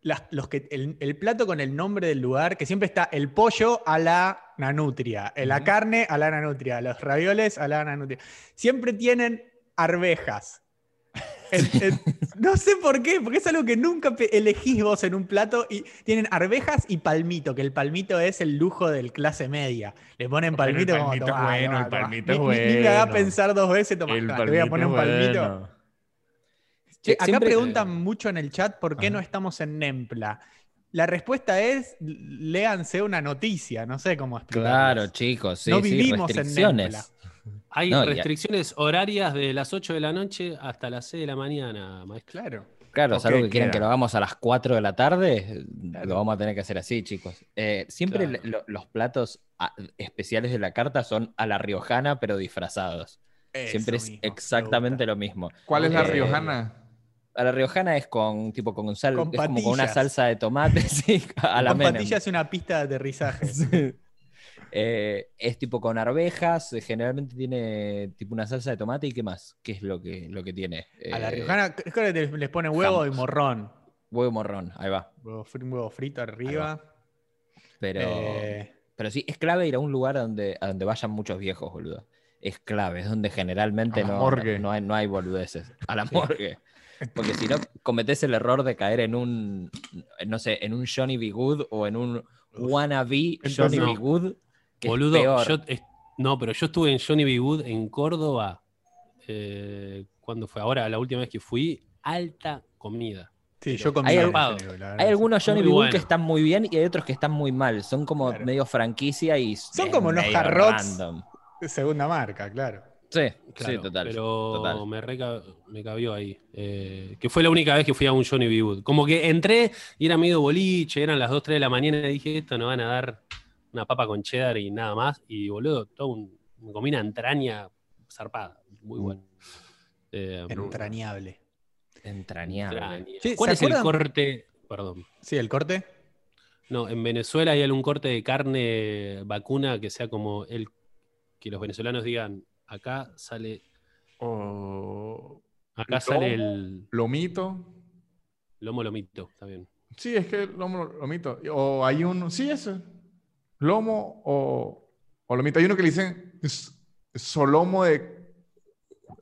B: las- los que, el, el plato con el nombre del lugar, que siempre está el pollo a la nanutria, eh, la
D: Ujú.
B: carne a la nanutria, los ravioles a la nanutria, siempre tienen arvejas. En- en- no sé por qué, porque es algo que nunca pe- elegís vos en un plato y tienen arvejas y palmito, que el palmito es el lujo del clase media. Le ponen
D: Pero el
B: palmito, como
D: palmito es
B: tomá,
D: bueno,
B: tomá,
D: el
B: tomá".
D: palmito es
B: Ni- ni- Ni me haga
D: bueno.
B: pensar dos veces, tomá,
D: El
B: tomá, te voy a
D: palmito
B: poner un
D: es
B: palmito.
D: bueno.
B: Che,
A: Eh,
B: acá
A: siempre-
B: preguntan mucho en el chat por qué
D: Ajá.
B: no estamos en Nempla. La respuesta es, léanse una noticia, no sé cómo explicarlo.
A: Claro, chicos, sí,
B: No
A: sí,
B: vivimos en
A: restricciones.
C: Hay
A: No, y-
C: restricciones horarias de las 8 de la noche hasta las 6 de la mañana, maestro.
B: Claro.
A: Claro,
D: Ok,
A: salvo que quieran
D: queda.
A: que lo hagamos a las 4 de la tarde,
B: Claro.
A: lo vamos a tener que hacer así, chicos. Eh, siempre
C: Claro.
A: lo- los platos ah, especiales de la carta son a la riojana, pero disfrazados. siempre
B: Eso
A: es
B: mismo, me
A: exactamente
B: gusta.
A: lo mismo.
D: ¿Cuál es la
A: Eh,
D: riojana?
A: A la riojana es con tipo con sal,
B: Con
A: es como con una
B: patillas.
A: salsa de tomate, sí, a la
B: Con
A: Menem.
B: patillas es una pista de aterrizaje.
A: Eh, es tipo con arvejas, eh, generalmente tiene tipo una salsa de tomate y qué más, qué es lo que, lo que tiene.
B: A la
A: Eh,
B: riojana, es que les- les pone huevo y
A: jamás.
B: morrón.
A: Huevo morrón, ahí va.
B: Huevo, fri- un huevo frito arriba.
A: Pero,
B: Eh,
A: pero sí, es clave ir a un lugar a donde, a donde vayan muchos viejos, boludo. Es clave, es donde generalmente
D: A la
A: no,
D: morgue.
A: no, no hay, no hay boludeces. A la morgue. Porque si no, cometés el error de caer en un, no sé, en un Johnny B. Good o en un wannabe
D: Entonces
A: Johnny
C: no.
A: B. Good. Que
C: Boludo,
A: es peor.
C: yo es- no, pero yo estuve en Johnny B. Good en Córdoba. eh, ¿Cuándo fue? Ahora, la última vez que fui, alta comida.
B: sí, yo comí.
A: hay
B: en
A: algo-
B: ese lugar, la verdad.
A: Hay algunos Johnny
C: Muy
A: B. Good
C: bueno.
A: que están muy bien y hay otros que están muy mal. Son como
B: Claro.
A: medio franquicia y.
B: Son
A: es
B: como unos
A: medio
B: hard rocks.
A: random.
B: Segunda marca, claro.
A: Sí, sí,
C: Claro,
A: total.
C: Pero
A: total.
C: Me, reca- me cabió ahí. eh, que fue la única vez que fui a un Johnny B. Good. Como que entré y era medio boliche, eran las 2, 3 de la mañana y dije, esto nos van a dar una papa con cheddar y nada más. Y boludo, todo un- me comí una entraña zarpada. Muy bueno. Eh,
B: Entrañable.
A: Entrañable.
C: entrañable.
B: Che,
C: ¿Cuál
B: ¿se
C: es el
B: acuerdan?
C: corte? Perdón.
B: Sí, el corte.
C: No, en Venezuela hay algún corte de carne vacuna que sea como el que los venezolanos digan Acá sale,
D: O
C: acá
D: ¿Lomo?
C: sale el
D: lomito.
C: lomo lomito, está bien.
D: Sí, es que lomo, lomito. O hay uno, sí, eso. Lomo o, o lomito. Hay uno que le dicen s- solomo de,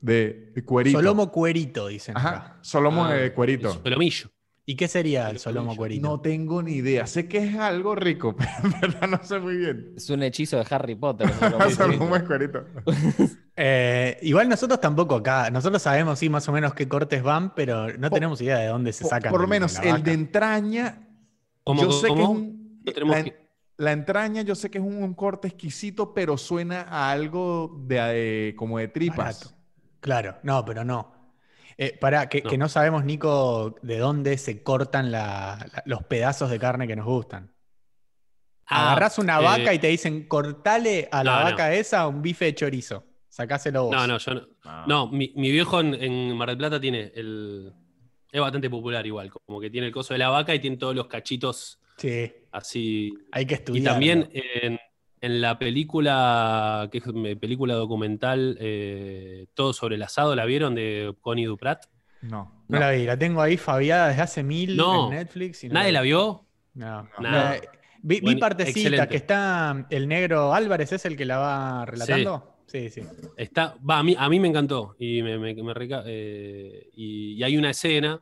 D: de, de cuerito.
B: Solomo cuerito, dicen acá.
D: Ajá, solomo
C: Ah,
D: de cuerito.
C: El solomillo.
B: ¿Y qué sería el
C: Pero
B: solomo
C: yo
B: cuerito?
D: No tengo ni idea. Sé que es algo rico, pero en verdad no sé muy bien.
A: Es un hechizo de Harry Potter.
D: Solomo de cuerito.
B: Eh, igual nosotros tampoco acá. Nosotros sabemos, sí, más o menos qué cortes van, pero no
D: Por-
B: tenemos idea de dónde se
D: Por,
B: sacan.
D: por lo
B: de
D: menos
B: la
D: el
B: vaca.
D: de entraña
C: ¿Cómo,
D: Yo sé que es
C: cómo?
D: un-
C: No tenemos
D: la,
C: que-
D: la entraña, yo sé que es un, un corte exquisito, pero suena a algo de, de- eh, como de tripas.
B: Barato. Claro, no, pero no. Eh, pará, que que no.
C: No.
B: sabemos, Nico, de dónde se cortan la- la- los pedazos de carne que nos gustan.
C: Ah,
B: Agarrás una
C: eh,
B: vaca y te dicen, cortale a la
C: no, no.
B: vaca esa un bife de chorizo. Sacáselo vos.
C: No, no, yo no. No, mi, mi viejo en, en Mar del Plata tiene el. Es bastante popular igual, como que tiene el coso de la vaca y tiene todos los cachitos
B: Sí,
C: así.
B: hay que
C: Y
B: estudiar.
C: también en, en la película, que es mi película documental, eh, Todo sobre el asado, ¿la vieron? De Connie Duprat.
D: No.
B: No la vi, la tengo ahí fabiada desde hace mil
C: No.
B: en Netflix. y no
C: ¿Nadie la vio?
B: No.
C: Nada.
B: Eh, Vi, vi
C: Bueno,
B: partecita
C: excelente.
B: que está mm, el negro Álvarez, ¿es el que la va relatando? Sí, sí.
C: Está, va, a, mí, a mí me encantó. Y, me, me- me reca- eh, y, y hay una escena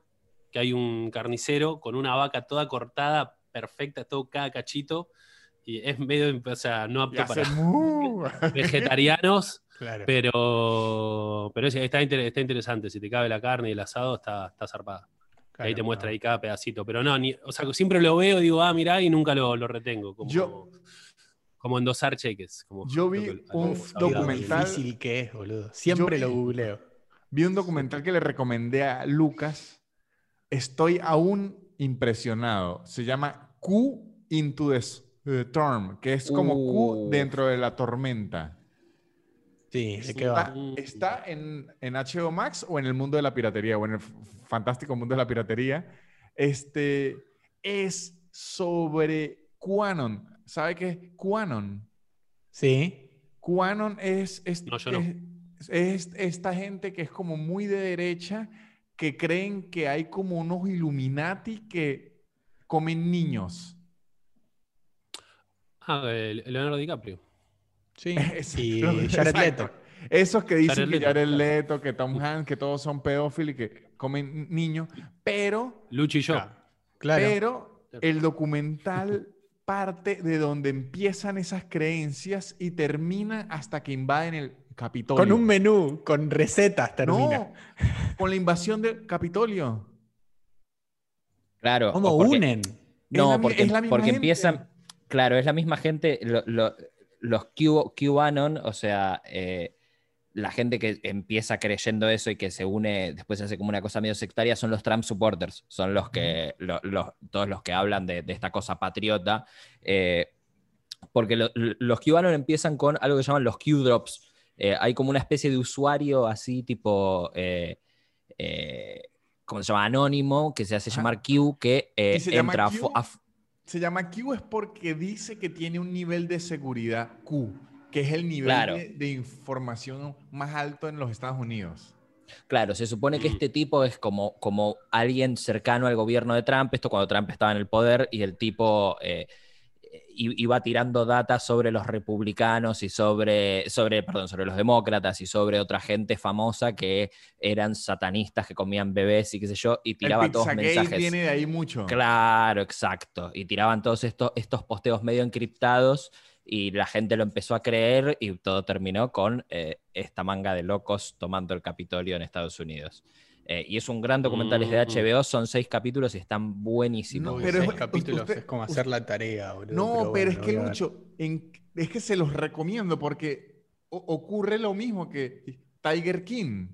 C: que hay un carnicero con una vaca toda cortada, perfecta, todo cada cachito. Y es medio, o sea, no
D: Y
C: apto
D: hace
C: para
D: mu.
C: vegetarianos,
B: Claro.
C: pero, pero es- está, inter- está interesante. Si te cabe la carne y el asado, está, está zarpada.
B: claro,
C: ahí te muestra
B: no.
C: ahí cada pedacito. Pero no, ni- o sea, siempre lo veo, digo, ah, mirá, y nunca lo, lo retengo. Como,
D: Yo-
C: como endosar cheques. Como
D: Yo vi
C: creo que a
D: un
C: los abogados
D: documental-
B: Lo difícil que es, boludo. Siempre
D: Yo-
B: lo googleo.
D: Vi un documental que le recomendé a Lucas. Estoy aún impresionado. Se llama Q into the s- the Storm, que es como
A: Uh.
D: Q dentro de la tormenta.
B: Sí, ¿de qué
D: Está,
B: va?
C: Mm.
D: está en, en HBO Max o en el mundo de la piratería o en el f- fantástico mundo de la piratería. Este es sobre QAnon. ¿Sabe qué es QAnon?
B: Sí.
D: QAnon es, es-
C: No, yo no.
D: es- es esta gente que es como muy de derecha que creen que hay como unos Illuminati que comen niños.
C: Ah, eh, Leonardo DiCaprio.
B: Sí.
D: Es-
B: Y
D: lo-
B: Jared
D: exacto.
B: Leto.
D: Esos que dicen
C: Jared
D: que
C: Leto,
D: Jared
C: claro.
D: Leto, que Tom Hanks, que todos son pedófilos y que comen niños, pero
C: Luchi y yo.
B: Claro.
D: Pero el documental parte de donde empiezan esas creencias y termina hasta que invaden el Capitolio.
B: Con un menú, con recetas termina.
D: No, con la invasión del Capitolio.
A: Claro.
B: ¿Cómo
A: o porque-
B: unen?
D: Es
A: No,
D: la mi-
A: porque, em,
D: es la misma
A: porque
D: gente.
A: empiezan. Claro, es la misma gente. lo- lo- los Q, QAnon, o sea, eh, la gente que empieza creyendo eso y que se une, después se hace como una cosa medio sectaria, son los Trump supporters. Son los que. lo- los, todos los que hablan de, de esta cosa patriota. eh, porque lo- lo- los QAnon empiezan con algo que llaman los Q-drops. Eh, hay como una especie de usuario así, tipo. eh, eh, ¿Cómo se llama? Anónimo, que se hace
D: Ajá.
A: llamar Q, que eh,
D: ¿Y se llama
A: entra a
D: Q?
A: fo- a f-
D: Se llama Q es porque dice que tiene un nivel de seguridad Q, que es el nivel
A: Claro.
D: de, de información más alto en los Estados Unidos.
A: Claro, se supone que
C: Mm.
A: este tipo es como, como alguien cercano al gobierno de Trump, esto cuando Trump estaba en el poder y el tipo eh, i- iba tirando data sobre los republicanos y sobre, sobre, perdón, sobre los demócratas y sobre otra gente famosa que eran satanistas que comían bebés y qué sé yo, y tiraba
D: el
A: todos
D: Pizzagate
A: mensajes.
D: viene de ahí mucho.
A: Claro, exacto. Y tiraban todos estos, estos posteos medio encriptados y la gente lo empezó a creer y todo terminó con eh, esta manga de locos tomando el Capitolio en Estados Unidos. Eh, y es un gran documental, es de
C: Mm.
A: HBO, son seis capítulos y están
D: No,
A: buenísimos.
B: Uy,
D: pero
B: seis
D: es-
B: capítulos
D: usted-
B: es como hacer la tarea, boludo.
D: No, pero,
B: bueno,
D: es
B: lo
D: que
B: voy a ver.
D: Lucho, en- es que se los recomiendo porque o- ocurre lo mismo que Tiger King,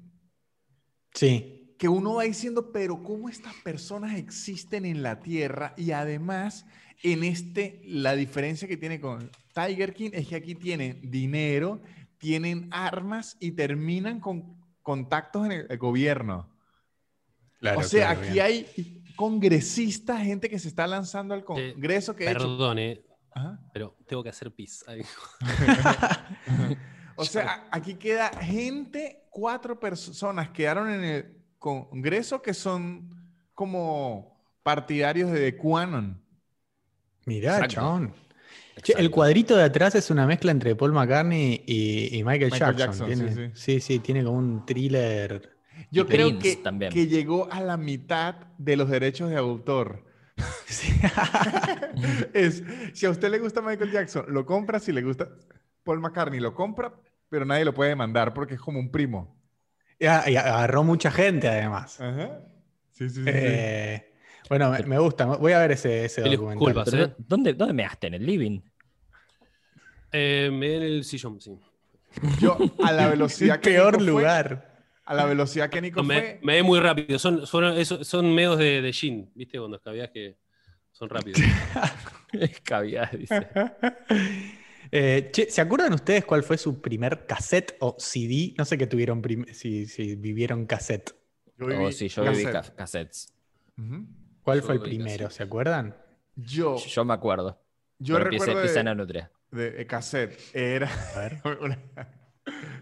B: Sí.
D: que uno va diciendo, pero ¿cómo estas personas existen en la Tierra? Y además, en este, la diferencia que tiene con Tiger King es que aquí tienen dinero, tienen armas y terminan con contactos en el, el gobierno.
B: Claro,
D: o sea,
B: claro,
D: aquí
B: bien.
D: hay congresistas, gente que se está lanzando al Congreso, eh, que de hecho-
C: Perdone,
D: Ajá.
C: pero tengo que hacer pis. Ay,
D: Ajá. O sea, a- aquí queda gente, cuatro personas quedaron en el Congreso que son como partidarios de QAnon.
B: Mirá,
C: Exacto.
B: chabón. Che, el cuadrito de atrás es una mezcla entre Paul McCartney y, y Michael,
D: Michael
B: Jackson.
D: Jackson,
B: tiene, sí, sí, tiene como un thriller.
D: Yo
A: Y
D: creo
A: Prince
D: que,
A: también.
D: que llegó a la mitad de los derechos de autor.
B: Sí.
D: es, si a usted le gusta Michael Jackson, lo compra, si le gusta Paul McCartney, lo compra, pero nadie lo puede demandar porque es como un primo.
B: y a- y agarró mucha gente además.
D: Ajá. Sí, sí, sí. sí.
B: Eh, bueno, me, me gusta. Voy a ver ese, ese
C: Mil
B: documental.
C: disculpas,
A: Pero,
C: ¿eh?
A: ¿dónde, ¿Dónde me gasté? ¿En el living?
C: Eh, me en el sillón, sí.
D: Yo, a la velocidad
B: El
D: que
B: peor
D: Nico fue-
B: lugar.
D: a la velocidad que Nico
C: Me,
D: fue,
C: me ve muy rápido. Son, son, eso- son medios de, de gin, ¿viste? Cuando escabías que son rápidos.
A: Es caviar, dice.
B: Eh, che, ¿se acuerdan ustedes cuál fue su primer cassette o CD? No sé qué tuvieron, prim- si, si vivieron cassette.
D: yo viví
A: Oh, sí, yo viví
D: cassette.
A: ca- cassettes.
D: Ujú.
B: ¿Cuál
C: Yo
B: fue el
C: viví
B: primero?
C: cassette.
B: ¿Se acuerdan?
D: Yo,
A: Yo me acuerdo.
D: Oh. yo
A: Pero empieza-
D: recuerdo de-
A: empieza en la nutria.
D: de, de cassette. Era,
B: A ver.
D: una-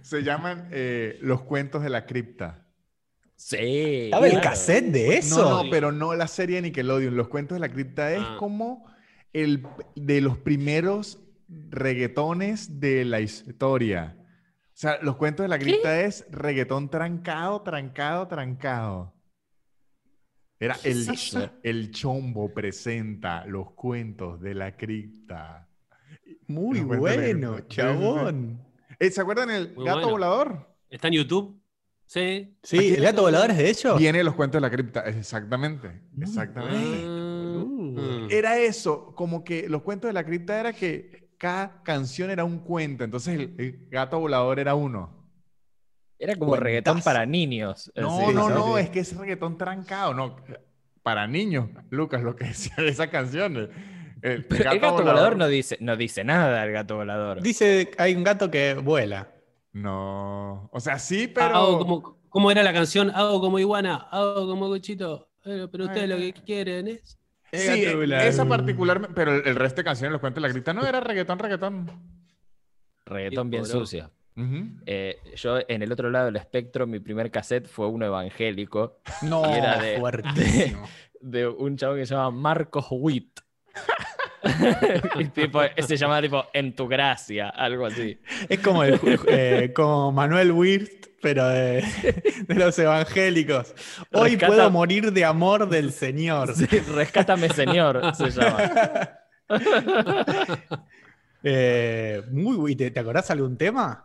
D: se llaman eh, los cuentos de la cripta.
A: Sí.
B: ¿Estaba el
A: claro.
B: cassette de eso?
D: No, no, pero no la serie de Nickelodeon. Los cuentos de la cripta es
C: Ah.
D: como el de los primeros reggaetones de la historia. O sea, los cuentos de la cripta es reggaetón trancado, trancado, trancado. Era
A: ¿Qué
D: el,
A: es eso?
D: el chombo presenta los cuentos de la cripta.
B: Muy
D: Los cuentos de la
B: bueno,
D: cripta. Sí, sí, sí.
B: chabón.
D: Eh, ¿Se acuerdan el
C: Muy
D: gato
C: bueno.
D: volador?
C: ¿Está en YouTube? Sí.
B: Sí, ¿el gato volador es de ellos?
D: Viene los cuentos de la cripta. Exactamente. Exactamente.
C: Ah.
D: Era eso, como que los cuentos de la cripta era que cada canción era un cuento, entonces el, el gato volador era uno.
A: Era como reggaetón
B: Cuentas.
A: para niños.
D: No,
A: Eh, Sí,
D: no,
A: sí,
D: no,
A: sí.
D: es que es reggaetón trancado, no. Para niños, Lucas, lo que decía de esas canciones. El
A: Pero el gato volador, no, dice, no dice nada, el gato volador.
B: Dice, hay un gato que vuela.
D: No. O sea,
A: Ah,
D: sí, pero.
C: Hago como, ¿Cómo era la canción? Hago como iguana, hago como cuchito. Pero, pero ustedes
D: Ay,
C: lo que quieren es.
B: El
D: Sí, eh,
B: gato volador.
D: esa particular, pero el, el resto de canciones, los cuentos de la cripta, no era reggaetón, reggaetón.
A: Reggaetón
C: Qué
A: bien
C: poronga.
A: sucio.
D: Ujú.
A: Eh, yo, en el otro lado del espectro, mi primer cassette fue uno evangélico
B: No,
A: Y era de-
B: fuertísimo.
A: de un chavo que se llama Marcos Witt. Y tipo, se llama tipo En tu gracia, algo así.
B: Es como, el, eh, como Manuel Wirth, pero de, de los evangélicos. Hoy
A: Rescata-
B: puedo morir de amor del Señor.
A: Sí, Rescátame, señor, se llama.
B: Eh, muy, bu- ¿y ¿te, ¿Te acordás algún tema?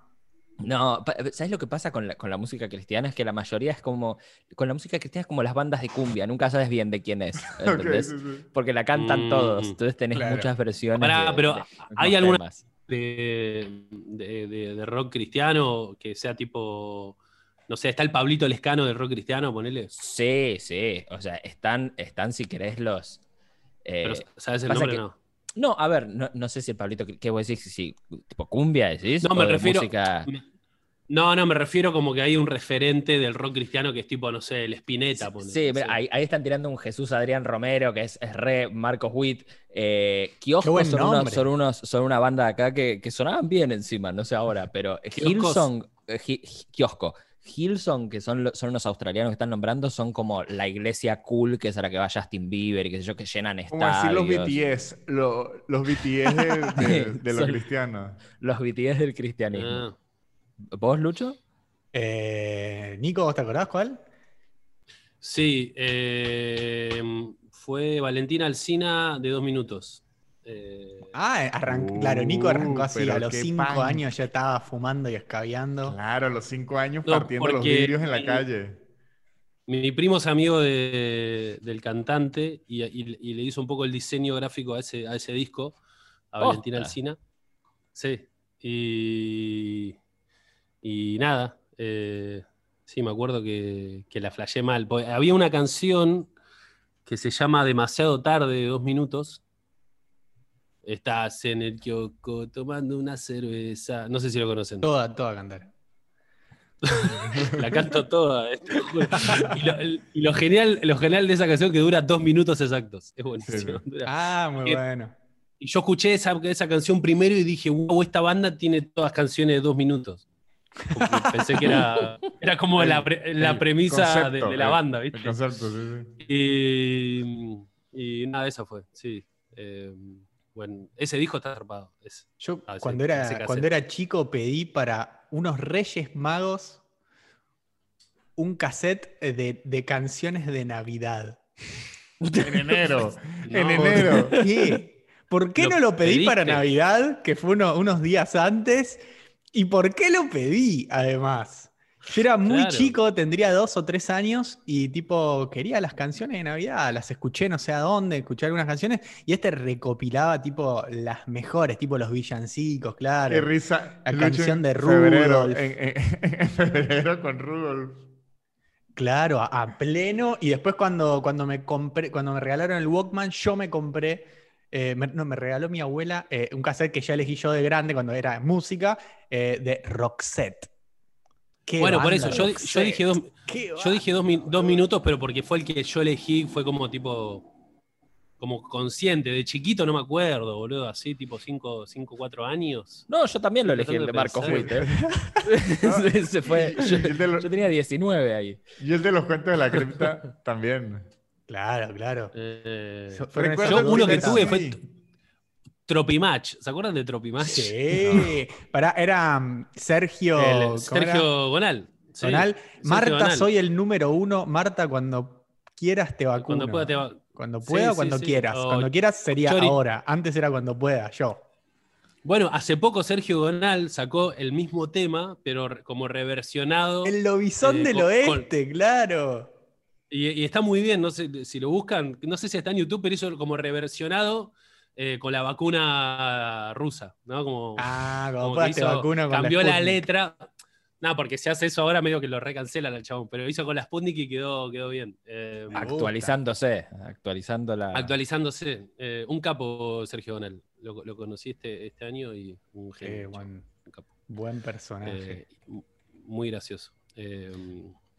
A: No, pa- ¿sabes lo que pasa con la, con la música cristiana? Es que la mayoría es como. Con la música cristiana es como las bandas de cumbia, nunca sabes bien de quién es.
D: Ok,
A: ¿entendés?
D: sí, sí.
A: Porque la cantan
C: Mm,
A: todos, entonces tenés
B: claro.
A: muchas versiones.
C: Pará,
A: de-
C: pero
A: de
C: ¿hay
A: los
C: alguna-
A: temas.
C: De, de- de- de rock cristiano, que sea tipo. No sé, está el Pablito Lescano del rock cristiano, ponele.
A: Sí, sí. O sea, están, están si querés los. eh,
C: Pero, ¿Sabes el
A: pasa
C: nombre?
A: que-
C: o no.
A: no, a ver, no, no sé si el Pablito, ¿qué vos decís? Si, tipo cumbia decís.
C: No, me
A: o de
C: refiero-
A: música-
C: No, no, me refiero como que hay un referente del rock cristiano que es tipo, no sé, el Spinetta. ponele,
A: Sí,
C: no
A: pero
C: sé.
A: Ahí, ahí están tirando un Jesús Adrián Romero, que es, es re Marcos Witt. Eh,
B: Qué
A: Kioscos
B: buen
A: son, unos,
B: nombre.
A: son, unos- son una banda de acá que, que sonaban bien encima, no sé ahora, pero
C: Kioscos.
A: Hillsong, eh, Hi- Hi- Kiosco. Hillsong, que son, lo- son unos australianos que están nombrando, son como la iglesia cool que es a la que va Justin Bieber, y qué sé yo, que llenan
D: Como
A: estadios.
D: decir los BTS, lo- los BTS de, de- de los
A: Son-
D: cristianos.
A: Los BTS del cristianismo.
C: Ah.
A: ¿Vos, Lucho?
B: Eh, Nico, ¿vos te acordás cuál?
C: Sí, eh, fue Valentina Alcina de dos minutos. Eh,
B: Ah, arran-
D: Uh,
B: claro, Nico arrancó así,
D: pero
B: a los
D: qué
B: cinco
D: punk.
B: años ya estaba fumando y escabeando.
D: Claro, a los cinco años
C: No,
D: partiendo los
C: porque-
D: vidrios en la calle.
C: mi primo es amigo de- del cantante y, y- y le hizo un poco el diseño gráfico a ese, a ese disco, a
A: Posta.
C: Valentina Alcina. Sí, y, y nada, eh, sí, me acuerdo que, que la flashé mal. porque había una canción que se llama Demasiado tarde, de dos minutos. Estás en el kiosco tomando una cerveza. No sé si lo conocen.
B: Toda, toda cantar.
C: La canto toda. eh, te juro. Y, lo, el- y lo genial, lo genial de esa canción que dura dos minutos exactos. Es buenísimo. Dura-
B: Ah, muy
C: Eh,
B: bueno.
C: Y yo escuché esa, esa canción primero y dije, wow, esta banda tiene todas canciones de dos minutos. Porque Pensé que era, era como
D: El-
C: la, pre- la
D: el
C: premisa de-
D: concepto, eh.
C: de, la
D: el-
C: banda, ¿viste?
D: El concepto, sí, sí.
C: Y, y nada, esa fue, sí. Eh, bueno, ese disco está zarpado. ese.
B: Yo
C: Ah, ese-
B: cuando,
C: ese cassette.
B: era, cuando era chico pedí para unos Reyes Magos un cassette eh, de, de canciones de Navidad.
D: En enero. en
C: No,
D: enero.
B: ¿Por qué? ¿Por qué
C: Lo
B: no lo pedí para
C: pediste.
B: Navidad, que fue uno- unos días antes? ¿Y por qué lo pedí, además? Yo era muy
C: Claro.
B: chico, tendría dos o tres años, y tipo, quería las canciones de Navidad, las escuché no sé a dónde, escuché algunas canciones, y este recopilaba tipo las mejores, tipo los villancicos, claro.
D: Qué risa.
B: La
D: Lucho en
B: canción de
D: febrero,
B: Rudolf.
D: En, en- en febrero con Rudolf.
B: Claro, a, a pleno. Y después cuando, cuando me compré, cuando me regalaron el Walkman, yo me compré, eh, me- no, me regaló mi abuela eh, un cassette que ya elegí yo de grande cuando era música, eh, de Roxette. Qué
C: Bueno, por
B: banda
C: eso, yo, yo
B: Roxette.
C: dije dos,
B: Qué
C: Yo
B: banda.
C: dije dos, min- dos minutos, pero porque fue el que yo elegí, fue como tipo. Como consciente, de chiquito no me acuerdo, boludo, así, tipo 5, 4 años.
A: No, yo también lo elegí, el de Marcos
C: Pensar.
A: Witt. ¿eh? Ese fue-
D: Y
A: yo,
D: el de los-
A: yo tenía 19 ahí.
D: y el de los cuentos de la cripta también.
B: Claro, claro.
C: Eh,
B: So- fueron
D: Recuerdo
B: esas
C: yo uno que
B: dos
C: tuve
B: etapas.
C: fue Tropimatch. ¿Se acuerdan de Tropimatch?
B: Sí, pará, era mm, Sergio,
C: El
B: ¿cómo era?
C: Sergio Gonal. sí.
B: Tonal. Marta,
C: Gonal.
B: soy el número uno. Marta, cuando quieras te vacuno.
C: Cuando pueda te va-
B: Cuando
C: Sí,
B: pueda o
C: sí,
B: cuando
C: sí.
B: quieras.
C: O
B: cuando quieras sería
C: Chori-
B: ahora. Antes era cuando pueda, yo.
C: Bueno, hace poco Sergio Gonal sacó el mismo tema, pero re- como reversionado.
B: El lobizón
C: Eh,
B: del
C: con-
B: oeste, claro.
C: Y, y está muy bien, no sé si lo buscan, no sé si está en YouTube, pero hizo como reversionado eh, con la vacuna rusa, ¿no? Como,
B: Ah, cuando
C: como que
B: puedas te
C: hizo-
B: vacuno con
C: cambió la,
B: Sputnik.
C: letra. No, porque si hace eso ahora medio que lo recancelan al chabón, pero hizo con la Sputnik y quedó, quedó bien. Eh,
B: Me Ah, gusta.
A: Actualizándose, actualizando
B: Ah.
A: la.
C: actualizándose. Eh, un capo, Sergio Donal. Lo, lo conocí este, este año y un genio,
B: Qué
C: chabón,
B: buen,
C: un capo.
B: buen personaje.
C: Eh, mu- muy gracioso. Eh,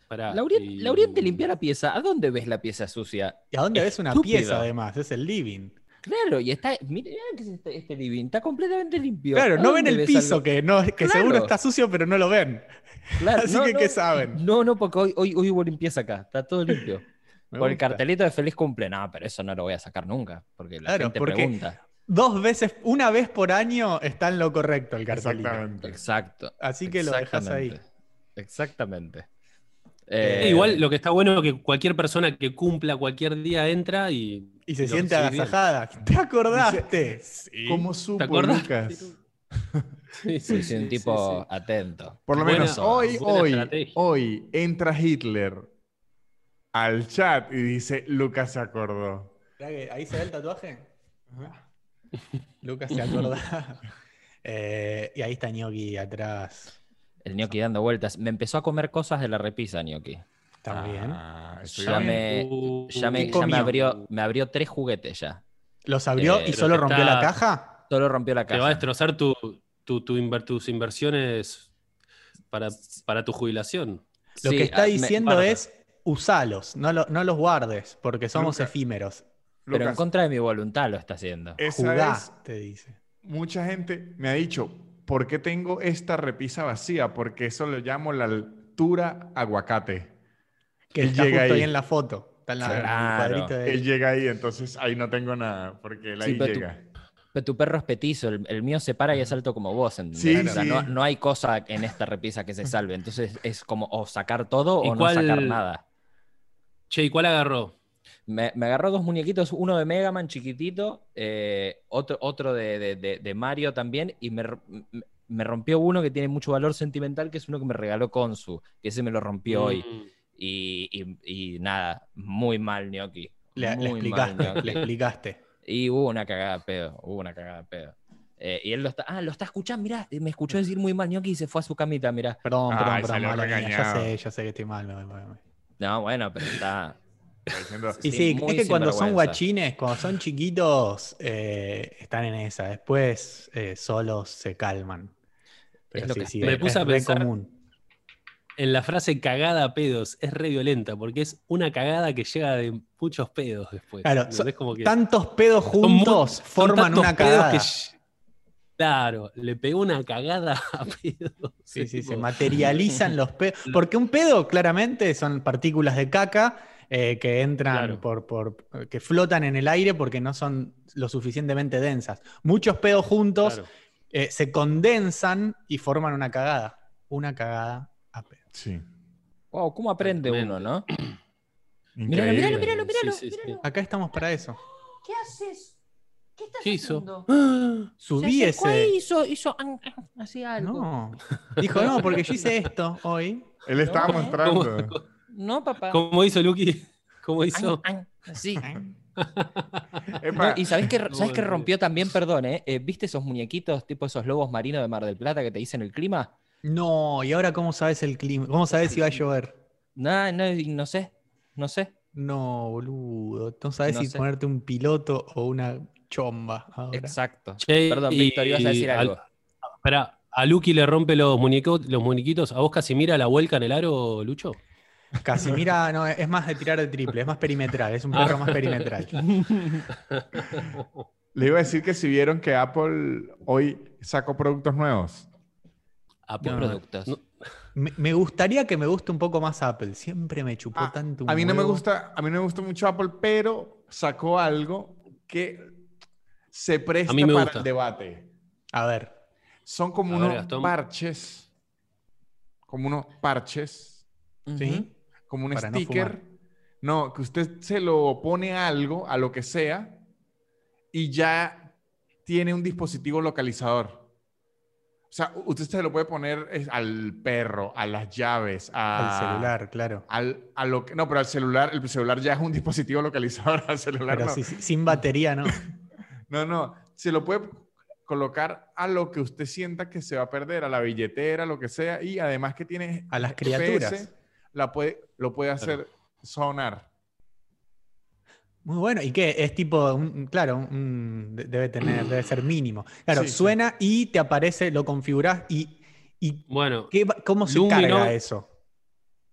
C: pará, y-
A: Laurien te limpia la pieza. ¿A dónde ves la pieza sucia?
B: ¿Y a dónde ves una
A: estúpido.
B: pieza además? Es el living.
A: Claro, y está. Mira que es este, este living, está completamente limpio.
B: Claro,
A: ¿A
B: no ven
A: dónde
B: el
A: ves
B: piso,
A: algo?
B: que, no, que
A: Claro.
B: seguro está sucio, pero no lo ven.
A: Claro,
B: Así
A: no,
B: que,
A: no,
B: ¿qué saben?
A: No, no, porque hoy, hoy, hoy hubo limpieza acá. Está todo limpio.
B: Me
A: Por el
B: gusta.
A: cartelito de feliz cumple. No, pero eso no lo voy a sacar nunca. Porque la
B: Claro,
A: gente
B: porque-
A: pregunta.
B: Dos veces, una vez por año está en lo correcto el cartelito.
D: Exactamente.
A: Exacto.
B: Así que lo dejas ahí.
A: Exactamente. Exactamente.
B: Eh,
C: Eh, igual lo que está bueno es que cualquier persona que cumpla cualquier día entra y.
B: Y se
C: lo
B: siente
C: recibe bien.
B: agasajada. ¿Te acordaste? Sí.
D: ¿Cómo supo
C: ¿Te acordás?
D: Lucas?
A: Sí,
C: Sí, sí,
A: sí, un
C: sí,
A: tipo
C: sí, sí.
A: atento.
D: Por lo
C: Buena-
D: menos hoy,
C: buena
D: hoy,
C: estrategia.
D: hoy entra Hitler al chat y dice Lucas se acordó.
B: Mirá que Ahí se ve el tatuaje. Ah. Lucas se acordaba. Eh, y ahí está Gnocchi atrás.
A: El ñoqui dando vueltas. Me empezó a comer cosas de la repisa, ñoqui.
B: También.
D: Ah, estoy
A: Ya
D: bien.
A: me,
C: Uh,
A: ya me,
B: ¿Qué
A: ya me
B: comió?
A: abrió, me abrió tres juguetes ya.
B: Los abrió
A: Eh,
B: y
A: pero
B: solo
C: que
B: rompió
C: está-
B: la caja.
A: Solo rompió la
C: Te va a
A: caja.
C: destrozar tu, tu- tu inver- tus inversiones para, para tu jubilación.
B: Lo
A: Sí,
B: que
A: ah,
B: está
A: me-
B: diciendo
C: guarda.
B: es usalos, no, lo- no los guardes, porque somos
D: Lucas,
B: efímeros.
A: Pero en
D: Lucas,
A: contra de mi voluntad lo está haciendo.
D: esa
B: Jugá,
D: es-
B: te dice.
D: mucha gente me ha dicho, ¿por qué tengo esta repisa vacía? Porque eso lo llamo la altura aguacate.
B: Que
D: Él
B: está
D: llega
B: justo ahí.
D: ahí.
B: en la foto. Está en la, en el
A: Claro.
B: cuadrito de
D: Él llega ahí, entonces ahí no tengo nada, porque él
A: Sí,
D: ahí
A: pero tú-
D: llega.
A: Pero tu perro es petizo, el, el mío se para y es alto como vos, ¿entendés?
D: Sí,
A: O sea,
D: sí.
A: No, no hay cosa en esta repisa que se salve. Entonces es como o sacar todo
C: ¿Y
A: o
C: cuál-
A: no sacar nada.
C: Che, ¿y cuál agarró?
A: Me, me agarró dos muñequitos, uno de Mega Man chiquitito, eh, otro, otro de, de- de- de Mario también, y me, r- me- me rompió uno que tiene mucho valor sentimental, que es uno que me regaló Konsu, que ese me lo rompió hoy.
C: Mm,
A: Y, y- y nada, muy mal, Gnocchi.
B: Le, le
A: Muy mal,
B: explicaste,
A: Gnocchi.
B: le explicaste.
A: Y hubo una cagada de pedo, hubo una cagada de pedo. Eh, y él lo está, ah, lo está escuchando, mirá, me escuchó decir muy mal Gnocchi y se fue a su camita, mirá.
B: Perdón,
D: Ay,
A: Ah,
B: perdón, perdón.
D: salió
B: mala mía. Ya
D: regañado.
B: sé, ya sé que estoy mal. me voy, me voy, me voy.
A: No, bueno, pero está...
D: Está diciendo,
B: Y
A: Sí,
B: sí,
A: muy
B: es que cuando son
A: sinvergüenza.
B: guachines, cuando son chiquitos, eh, están en esa. Después eh, solos se calman. Pero
A: Es lo
B: sí,
A: que-
B: sí,
C: me
B: es-
C: puse a
B: es re
C: pensar-
B: común.
C: En la frase cagada a pedos es re violenta porque es una cagada que llega de muchos pedos después.
B: Claro,
C: ¿Entendés? Como que
B: Tantos pedos
C: muy-
B: juntos
C: son
B: forman
C: tantos
B: una
C: pedos
B: cagada.
C: que ll- Claro, le pegó una cagada a pedo.
B: Sí, sí, se materializan los pedos. Porque un pedo, claramente, son partículas de caca eh, que entran
C: Claro.
B: por, por. que flotan en el aire porque no son lo suficientemente densas. Muchos pedos juntos
C: Claro.
B: eh, se condensan y forman una cagada. Una cagada a pedo.
D: Sí.
A: Wow, ¿cómo aprende
C: Tremendo.
A: uno, no?
D: Increíble.
A: Míralo, míralo,
C: Sí, sí, sí.
B: Acá estamos para eso.
E: ¿Qué haces? ¿Qué estás
C: ¿Qué hizo?
E: haciendo?
C: ¡Ah!
B: Subí
E: Se acercó ahí,
B: ese.
E: hizo, hizo an- an- así algo. No,
B: No. Dijo, no, porque yo hice esto hoy.
D: Él estaba
A: ¿Cómo?
D: mostrando.
E: papá.
C: ¿Cómo hizo Lucky? ¿Cómo hizo?
E: An- an- así.
B: ¿Eh?
A: No,
D: Epa,
A: y sabés que, ¿sabés que
C: Joder.
A: rompió también, perdón, eh? Eh, ¿Viste esos muñequitos tipo esos lobos marinos de Mar del Plata que te dicen el clima?
B: No, y ahora cómo sabes el clima, cómo sabes si va a llover.
A: No, no, y no sé, no sé.
B: No, boludo. No sabes
A: No
B: si
A: sé.
B: ponerte un piloto o una chomba ahora.
A: Exacto.
C: Che,
A: Perdón,
C: y-
A: Víctor, ibas a
C: y
A: decir
C: al-
A: algo.
C: Pará, a Lucky le rompe los, muñeco- los muñequitos. ¿A vos casi mira la vuelca en el aro, Lucho?
B: Casi, mira, no, es más de tirar de triple, es más perimetral, es un
A: Ah.
B: perro más perimetral.
D: le iba a decir que si vieron que Apple hoy sacó productos nuevos.
C: A
A: ¿Qué
B: No,
A: productos?
C: no.
B: Me, me gustaría que me guste un poco más Apple, siempre me chupó
D: Ah,
B: tanto un
D: a mí no me
B: huevo.
D: gusta, a mí no me gusta mucho Apple, pero sacó algo que se presta
C: me
D: para
C: gusta.
D: el debate.
B: A ver,
D: Son como
C: A ver,
D: unos
C: Gastón.
D: parches, como unos parches,
B: ¿sí?
D: como un
B: Para no
D: sticker. No, que usted se lo pone a algo, a lo que sea, y ya tiene un dispositivo localizador. O sea, u- usted se lo puede poner eh, al perro, a las llaves,
A: Ah.
D: a-
B: Al celular, claro.
D: al- a lo que, no, pero al celular, el celular ya es un dispositivo localizador al celular.
B: Pero
D: no.
B: si- si- sin batería, ¿no?
D: no, no, se lo puede colocar a lo que usted sienta que se va a perder, a la billetera, lo que sea, y además que tiene
B: A las
D: GPS,
B: criaturas.
D: la puede, lo puede hacer sonar.
B: Muy bueno, y qué? es tipo, un- claro, un- un- de- debe tener, debe ser mínimo. Claro,
D: Sí, sí.
B: suena y te aparece, lo configurás y, y
C: Bueno,
B: ¿qué va- ¿cómo se
C: Lumi,
B: carga
C: ¿no?
B: eso?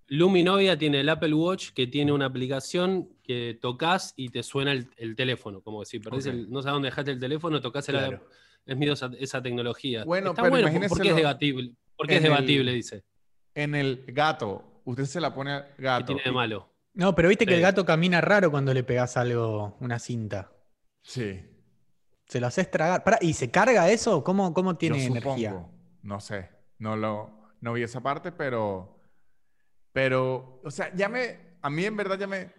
C: Lumi novia tiene el Apple Watch que tiene una aplicación que tocas y te suena el, el teléfono. Como que si perdés
D: Ok.
C: el- no sabes dónde dejaste el teléfono, tocas el
B: Claro.
C: Es miedo esa, esa tecnología.
D: Bueno,
C: Está
D: pero
C: bueno, ¿por-
D: imagínenselo
C: porque es debatible. Porque es
D: en el-
C: debatible, dice.
D: En el gato, usted se la pone al
C: ¿Qué
D: gato.
C: tiene de malo?
B: No, pero viste que el
C: Sí.
B: gato camina raro cuando le pegás algo, una cinta.
D: Sí.
B: Se lo haces tragar. Pará, ¿y se carga eso? ¿Cómo, cómo
D: yo
B: tiene energía?
D: supongo. No sé, no lo, no vi esa parte, pero, pero, o sea, ya me, a mí en verdad ya me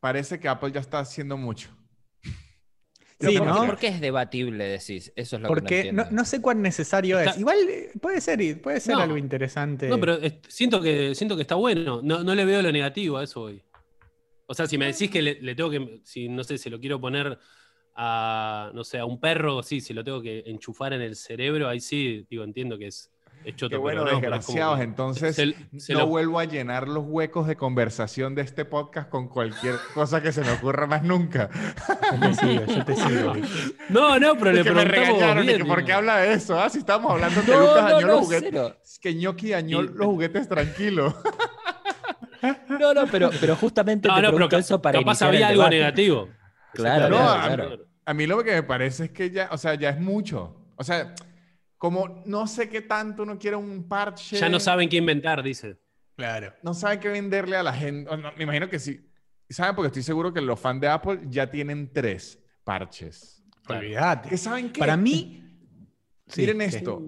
D: parece que Apple ya está haciendo mucho.
B: Sí,
A: ¿Por,
B: ¿no?
A: qué, por qué es debatible, decís? Eso es lo
B: Porque
A: que
B: no,
A: no,
B: no sé cuán necesario
C: Está-
B: es. Igual eh, puede ser, y- puede ser
C: No.
B: algo interesante.
C: No, pero es- siento, que, siento que está bueno. No, no le veo lo negativo a eso hoy. O sea, si me decís que le, le tengo que. Si no sé, se lo quiero poner a. No sé, a un perro, sí, si lo tengo que enchufar en el cerebro, ahí sí, digo, entiendo que es. Es choto,
D: Qué bueno,
C: pero no, pero es como
D: desgraciados.
C: que-
D: Entonces,
C: se- se
D: no
C: lo-
D: vuelvo a llenar los huecos de conversación de este podcast con cualquier cosa que se me ocurra más nunca.
B: Ah, Yo te sigo, yo te sigo. Vic.
C: No, no, pero le
D: que me
C: preguntamos
D: regañaron y
C: bien,
D: que por qué
C: digo.
D: habla de eso. Ah, si estamos hablando que Lucas
A: no,
D: dañó
A: no,
D: los
A: no,
D: juguetes.
A: cero.
D: Es que ñoqui dañó
C: Y-
D: los juguetes tranquilos.
A: No, no, pero, pero justamente
C: No,
A: te
C: no, pero
A: pregunto
C: ca-
A: eso para
C: capaz
A: iniciar el
C: había algo
A: debate.
C: negativo.
A: Claro,
D: No,
A: claro,
D: a-
A: claro.
D: A mí lo que me parece es que ya, o sea, ya es mucho. O sea, como no sé qué tanto uno quiere un parche.
C: Ya no saben qué inventar, dice.
B: Claro.
D: No saben qué venderle a la gente. No, me imagino que sí. ¿Saben? Porque estoy seguro que los fans de Apple ya tienen tres parches.
C: Claro.
D: ¿Qué
B: Olvídate.
D: saben qué?
B: Para mí. sí,
D: Miren
B: ¿qué?
D: esto.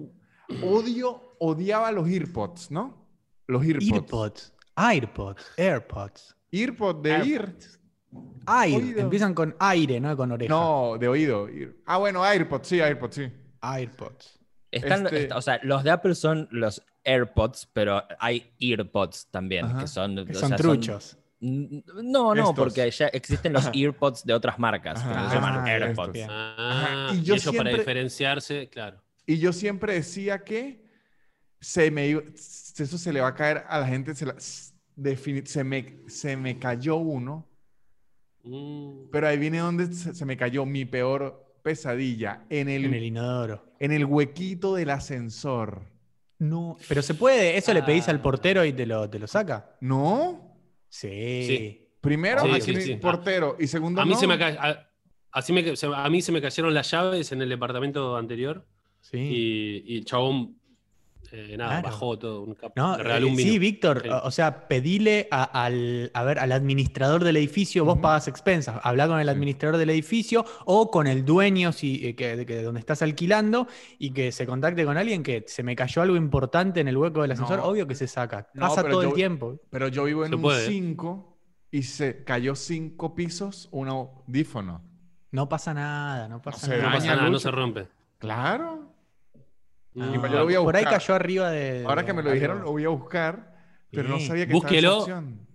D: Odio, odiaba los earpods, ¿no? Los earpods.
B: Earpods, AirPods, AirPods,
D: Earpod de ir.
B: air.
D: Oído.
B: Empiezan con aire, no con oreja.
D: No, de oído. ear- Ah, bueno, AirPods, sí, AirPods, sí.
B: AirPods.
A: Están,
D: Este-
A: está- o sea, los de Apple son los AirPods, pero hay earpods también,
D: Ajá,
A: que son,
B: Que
A: o
B: son
A: sea,
B: truchos.
A: N- No, no,
D: Estos.
A: porque ya existen los earpods de otras marcas, que
D: Ajá.
A: se llaman
B: Ah,
A: AirPods.
B: estos.
C: Ah,
D: Ajá, y
C: y,
D: yo
C: ellos para
D: siempre-
C: diferenciarse, claro.
D: Y yo siempre decía que se me, iba- eso se le va a caer a la gente. Se, la- s- defini- se, me, se me cayó uno,
C: Mm.
D: pero ahí viene donde se, se me cayó mi peor pesadilla, en el,
B: En el inodoro.
D: en el huequito del ascensor.
B: No. Pero se puede, eso le pedís al
C: Ah.
B: portero y te lo, te lo saca.
D: ¿No?
B: Sí.
C: Sí.
D: Primero,
C: Sí,
D: aquí
C: sí,
D: no hay
C: sí.
D: portero. Y segundo,
C: A mí
D: no.
C: se me cayó. A, Así me, se- a mí se me cayeron las llaves en el departamento anterior
B: Sí.
C: y, y el chabón, eh, nada,
B: Claro.
C: bajó todo. Un cap-
B: No,
C: me regaló
B: eh,
C: un vino.
B: sí, Víctor,
C: Sí.
B: o o sea, pedile a- al, a ver, al administrador del edificio, vos
D: Ujú.
B: pagas expensas, habla con el administrador del edificio o con el dueño si, eh, que, que- donde estás alquilando y que se contacte con alguien que se me cayó algo importante en el hueco del ascensor,
D: No.
B: obvio que se saca,
D: No,
B: pasa
D: pero
B: todo el
D: yo-
B: tiempo.
D: Pero yo vivo en
C: Se
D: un
C: puede.
D: 5 y se cayó 5 pisos un audífono.
B: No pasa nada, no pasa
D: se
C: No
B: nada.
D: daña.
C: pasa nada, no
D: Lucho.
C: se rompe.
B: Ah.
D: Claro.
B: No,
D: Igual yo lo voy a
B: por ahí
D: buscar.
B: cayó arriba de...
D: Ahora que me lo
B: algo.
D: dijeron, lo voy a buscar, pero no
B: Sí.
D: sabía que estaba esa
C: Búsquelo.
D: opción.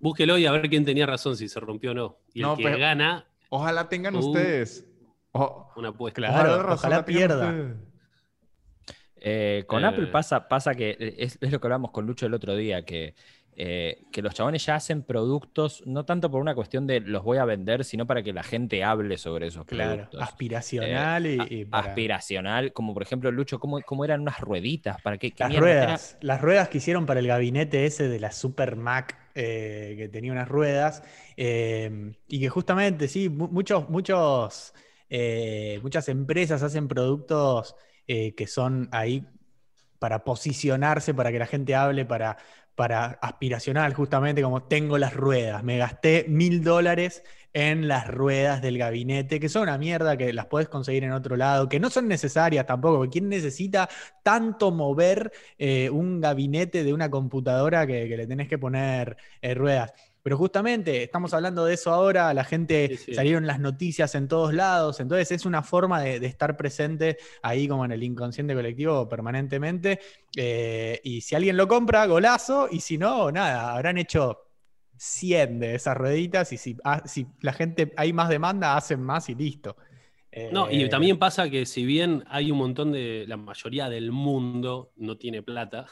C: Búsquelo y a ver quién tenía razón, si se rompió o no. Y
D: No,
C: el que
D: pero-
C: gana,
D: Ojalá tengan
C: Uh.
D: ustedes. O-
C: una apuesta.
B: Claro,
D: ojalá, razón
B: ojalá
D: la tengan
B: pierda.
D: ustedes.
A: Eh, con
C: Eh.
A: Apple pasa, pasa que eh, es, es lo que hablamos con Lucho el otro día, que, eh, que los chabones ya hacen productos, no tanto por una cuestión de los voy a vender, sino para que la gente hable sobre esos
B: Claro,
A: productos.
B: aspiracional
A: Eh,
B: y...
A: a-
B: y para-
A: Aspiracional, como por ejemplo, Lucho, ¿cómo, cómo eran unas rueditas? ¿Para qué? qué
B: Las
A: mierda era?
B: ruedas, las ruedas que hicieron para el gabinete ese de la Super Mac, eh, que tenía unas ruedas, eh, y que justamente, sí, mu- muchos, muchos, eh, muchas empresas hacen productos eh, que son ahí para posicionarse, para que la gente hable, para, para aspiracional, justamente como tengo las ruedas, me gasté mil dólares en las ruedas del gabinete, que son una mierda, que las puedes conseguir en otro lado, que no son necesarias tampoco, porque ¿quién necesita tanto mover eh, un gabinete de una computadora que, que le tenés que poner eh, ruedas. Pero justamente estamos hablando de eso ahora, la gente
C: Sí, sí.
B: salieron las noticias en todos lados, entonces es una forma de, de estar presente ahí como en el inconsciente colectivo permanentemente. eh, y si alguien lo compra, golazo, y si no, nada, habrán hecho 100 de esas rueditas y si, ah, si la gente hay más demanda, hacen más y listo.
C: No,
B: Eh,
C: y también pasa que si bien hay un montón de, la mayoría del mundo no tiene plata,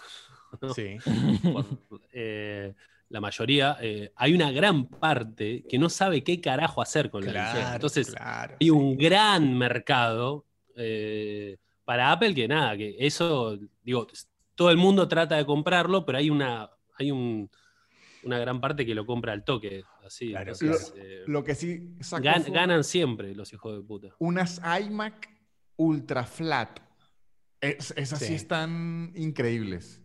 B: Sí,
C: por- eh, la mayoría, eh, hay una gran parte que no sabe qué carajo hacer con la licencia.
B: claro,
C: Entonces,
B: claro,
C: hay
B: sí.
C: un gran mercado eh, para Apple que nada, que eso, digo, todo el mundo trata de comprarlo, pero hay una, hay un- una gran parte que lo compra al toque, así.
B: Claro,
C: entonces, eh,
D: Lo que sí sacó
C: gan-
D: fue
C: ganan siempre los hijos de puta.
D: unas iMac ultra flat. Es- esas sí.
B: Sí.
D: están increíbles.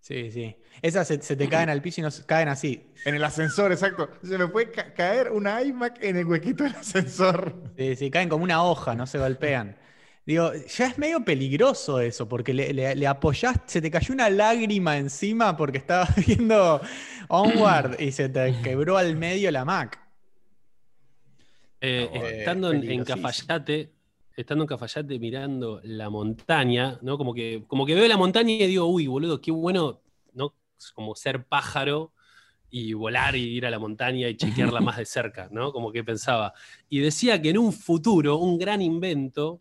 B: Sí, sí. Esas se, se te caen al piso y no se caen así.
D: En el ascensor, exacto. Se me puede ca- caer una iMac en el huequito del ascensor.
B: Sí, sí, caen como una hoja, no se golpean. Digo, ya es medio peligroso eso, porque le, le, le apoyás, se te cayó una lágrima encima porque estabas viendo Onward y se te quebró al medio la Mac.
C: Eh,
B: Ah, bueno.
C: estando en, en
B: Peligrosísimo.
C: Cafayate, estando en Cafayate mirando la montaña, ¿no? Como que, como que veo la montaña y digo, uy, boludo, qué bueno, ¿no? Es Como ser pájaro y volar y ir a la montaña y chequearla más de cerca, ¿no? Como que pensaba. Y decía que en un futuro, un gran invento,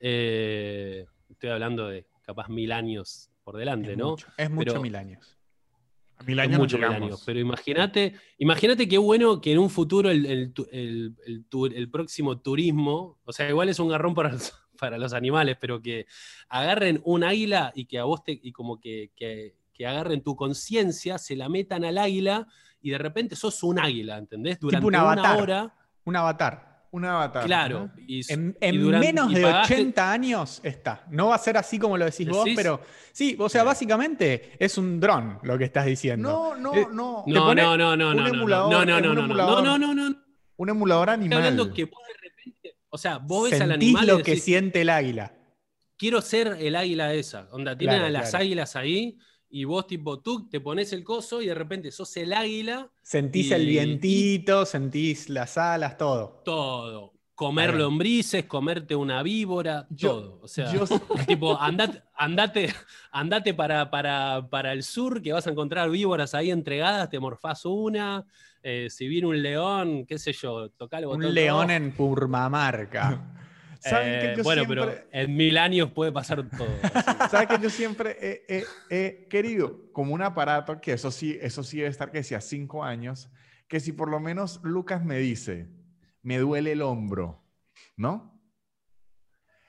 C: eh, estoy hablando de capaz mil años por delante,
B: Es
C: ¿no?
B: mucho, es mucho
C: Pero-
B: mil años.
D: A mil
C: Es mucho
D: llegamos.
C: milenio, pero imagínate, imagínate qué bueno que en un futuro el, el tu- el- el tu- el próximo turismo, o sea, igual es un garrón para los, para los animales, pero que agarren un águila y que a vos te, y como que, que- que agarren tu conciencia, se la metan al águila y de repente sos un águila, ¿entendés? Durante
B: un
C: una
B: avatar.
C: hora,
B: Un avatar.
D: Un avatar.
C: claro.
D: ¿no?
C: Y,
B: En,
C: y
B: en
C: durante-
B: menos
C: y
B: de
C: pagaste-
B: 80 años está. No va a ser así como lo decís, vos,
C: ¿Decís?
B: pero sí, o sea, básicamente es un dron lo que estás diciendo.
D: No, no,
B: Eh,
D: no.
B: te
C: No,
B: pone
C: no, no, no,
D: un
C: no, no,
D: emulador,
C: no,
D: es
C: no,
D: un
C: no, no, no,
D: emulador.
C: no, no, no, no.
D: Un emulador
C: Estoy
D: animal.
C: hablando que vos de repente, o sea, vos ves al
B: Sentís
C: animal y
B: lo que
C: decís,
B: siente el águila.
C: quiero ser el águila esa. Onda, tienen
B: Claro,
C: a las
B: claro.
C: águilas ahí y vos tipo tú te pones el coso y de repente sos el águila,
B: Sentís
C: Y-
B: el vientito, sentís las alas, todo.
C: todo. Comer
B: Está bien.
C: lombrices, comerte una víbora,
D: Yo-
C: todo. O sea,
D: Yo,
C: tipo, andate, andate, andate para, para, para el sur que vas a encontrar víboras ahí entregadas, te morfás una. eh, si viene un león, qué sé yo, toca el botón.
B: Un león
C: rojo.
B: en Purmamarca.
D: ¿saben que
C: Eh,
D: yo
C: bueno,
D: siempre-
C: pero en mil años puede pasar todo. así.
D: ¿Sabes que yo siempre he, he- he querido como un aparato, que eso sí, eso sí debe estar que si a cinco años, que si por lo menos Lucas me dice, me duele el hombro, ¿no?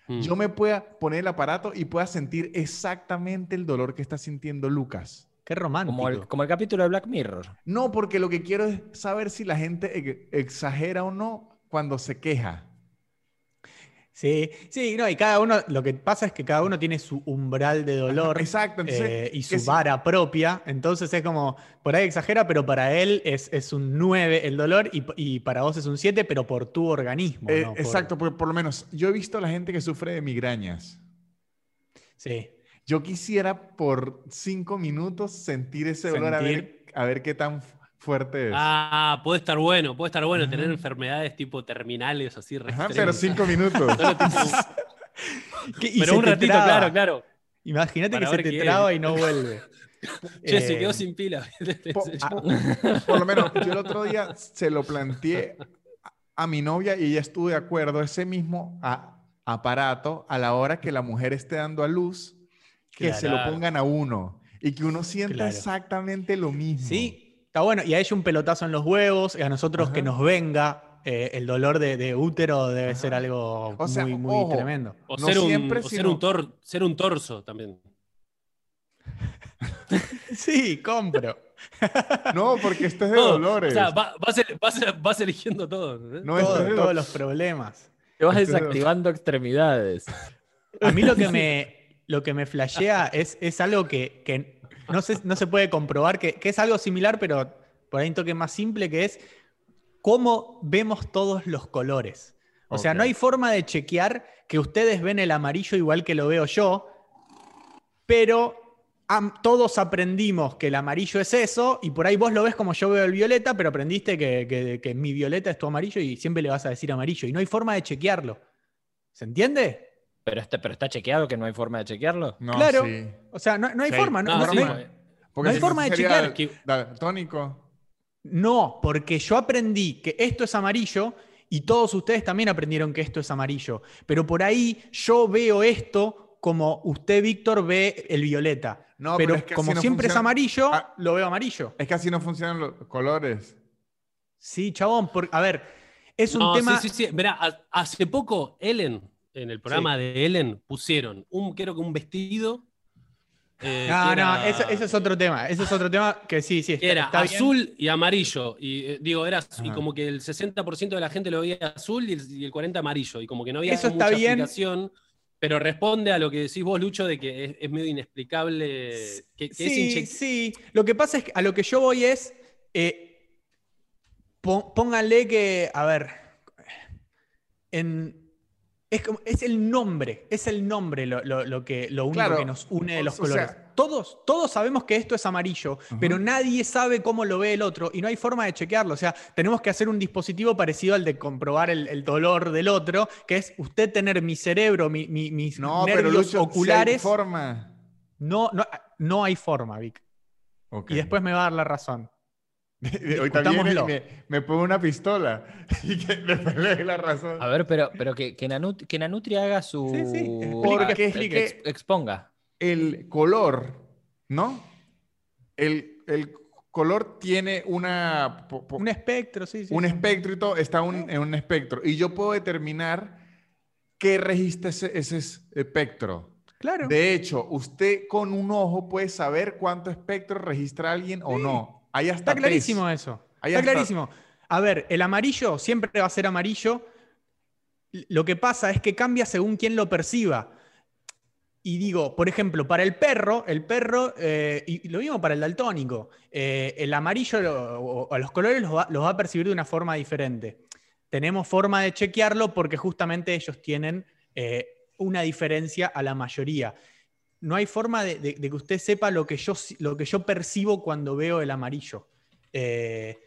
C: Mm.
D: Yo me pueda poner el aparato y pueda sentir exactamente el dolor que está sintiendo Lucas.
B: Qué romántico.
A: Como el, como el capítulo de Black Mirror.
D: No, porque lo que quiero es saber si la gente ex- exagera o no cuando se queja.
B: Sí, sí, no, y cada uno, lo que pasa es que cada uno tiene su umbral de dolor
D: Exacto. Entonces,
B: eh, y
D: que
B: su
D: si-
B: vara propia, entonces es como, por ahí exagera, pero para él es, es un 9 el dolor y, p- y para vos es un 7, pero por tu organismo.
D: eh,
B: no por-
D: Exacto, porque por lo menos yo he visto a la gente que sufre de migrañas.
B: Sí,
D: Yo quisiera por cinco minutos sentir ese dolor a ver, a ver qué tan fu- fuerte es.
C: Ah, puede estar bueno, puede estar bueno tener
D: Ajá.
C: enfermedades tipo terminales así. re
D: Ajá, pero
C: extremas.
D: cinco minutos.
C: Solo tipo-
B: Que- y
C: pero
B: se
C: un
B: te
C: ratito,
B: traba.
C: claro, claro.
B: Imagínate que
C: Para
B: se
C: ver
B: te
C: qué
B: traba y no vuelve.
C: Che, se
B: Eh, ah,
C: quedó sin pila.
D: Po- po- por, lo menos yo el otro día se lo planteé a- a mi novia y ella estuvo de acuerdo ese mismo a- aparato a la hora que la mujer esté dando a luz que se lo
C: Claro.
D: pongan a uno y que uno sienta
B: Claro.
D: exactamente lo mismo.
B: Sí, está bueno. Y a ella un pelotazo en los huevos, y a nosotros
D: Ajá.
B: que nos venga eh, el dolor de, de útero debe
D: Ajá.
B: ser algo
D: O sea,
B: muy, muy
D: ojo.
B: tremendo.
C: o
D: no
C: ser, un,
D: siempre,
C: o ser
D: sino-
C: un tor- ser un torso también.
B: Sí, compro.
D: No, porque esto es de
C: Todo.
D: dolores.
C: O sea, va- vas, el- vas- vas eligiendo todo. ¿eh?
D: no, esto
B: Todo-
D: es de
B: todos
D: do-
B: los problemas.
A: Te vas
D: Estoy de-
A: desactivando extremidades.
B: A mí lo que me, lo que me flashea es, es algo que, que no, se, no se puede comprobar, que, que es algo similar, pero por ahí un toque más simple, que es cómo vemos todos los colores. O sea,
D: Ok.
B: no hay forma de chequear que ustedes ven el amarillo igual que lo veo yo, pero am- todos aprendimos que el amarillo es eso, y por ahí vos lo ves como yo veo el violeta, pero aprendiste que, que- que mi violeta es tu amarillo y siempre le vas a decir amarillo, y no hay forma de chequearlo. ¿Se entiende?
A: Pero está, pero está chequeado que no hay forma de chequearlo.
D: No,
B: claro.
D: sí.
B: O sea, no, no hay
D: Sí,
B: forma. No,
C: No,
B: no-
C: sí,
B: no-
D: Porque
B: hay
D: si no
B: forma de
D: sería
B: chequear.
C: que-
D: da- tónico.
B: no, porque yo aprendí que esto es amarillo y todos ustedes también aprendieron que esto es amarillo. Pero por ahí yo veo esto como usted, Víctor, ve el violeta.
D: No,
B: pero
D: pero es que así
B: como
D: no
B: siempre es
D: funciona.
B: amarillo,
D: Ah.
B: lo veo amarillo.
D: Es que así no funcionan los colores.
B: Sí, chabón, por- a ver, es un
C: No, sí,
B: tema...
C: sí, sí. Mirá, ha- hace poco Ellen, en el programa de Ellen, pusieron un, creo que un vestido. eh,
B: No,
C: que
B: Ah, no,
C: era-
B: eso, eso es otro tema. Eso es otro tema que sí, sí.
C: que era
B: está bien.
C: azul y amarillo. Y eh, digo, era y
A: Ah.
D: Ajá.
C: como que el 60% de la gente lo veía azul y el, y el 40% amarillo. Y como que no había
B: Eso está
C: mucha
B: bien.
C: explicación. Pero responde a lo que decís vos, Lucho, de que es, es medio inexplicable. Que, que es
B: sí,
C: inche-
B: sí. Lo que pasa es que a lo que yo voy es. eh, po- pónganle que. A ver. En. Es, como- es el nombre, es el nombre lo, lo- lo que, lo único
D: Claro.
B: que nos une de los
D: O sea-
B: colores. todos, todos sabemos que esto es amarillo,
D: Ujú.
B: pero nadie sabe cómo lo ve el otro y no hay forma de chequearlo. O sea, tenemos que hacer un dispositivo parecido al de comprobar el, el dolor del otro, que es usted tener mi cerebro, mi- mi- mis
D: No, pero
B: nervios
D: Lucho, si hay
B: oculares.
D: forma.
B: No, no, no hay forma, Vic.
D: Ok.
B: Y después me va a dar la razón.
D: Ahorita viene y
B: discutámoslo.
D: me, me pone una pistola y que después le doy la razón.
A: A ver, pero, pero que, que, Nanut- que Nanutri haga su.
B: Sí, sí, explique,
D: Porque
A: explique.
D: explique.
A: exponga.
D: El color, ¿no? El, el color tiene una, po- po-
B: Un espectro, sí, sí.
D: un
B: sí.
D: espectro y todo, está un-
B: Ah.
D: en un espectro. Y yo puedo determinar qué registra ese, ese espectro.
B: Claro.
D: De hecho, usted con un ojo puede saber cuánto espectro registra alguien o no. Ahí hasta
B: Está
D: test.
B: clarísimo eso.
D: Ahí
B: está
D: está.
B: clarísimo. A ver, el amarillo siempre va a ser amarillo. Lo que pasa es que cambia según quién lo perciba. Y digo, por ejemplo, para el perro, el perro, eh, y y lo mismo para el daltónico, eh, el amarillo lo- o, o los colores los va, los va a percibir de una forma diferente. Tenemos forma de chequearlo porque justamente ellos tienen eh, una diferencia a la mayoría. No hay forma de, de- de que usted sepa lo que, yo, si- lo que yo percibo cuando veo el amarillo. Eh,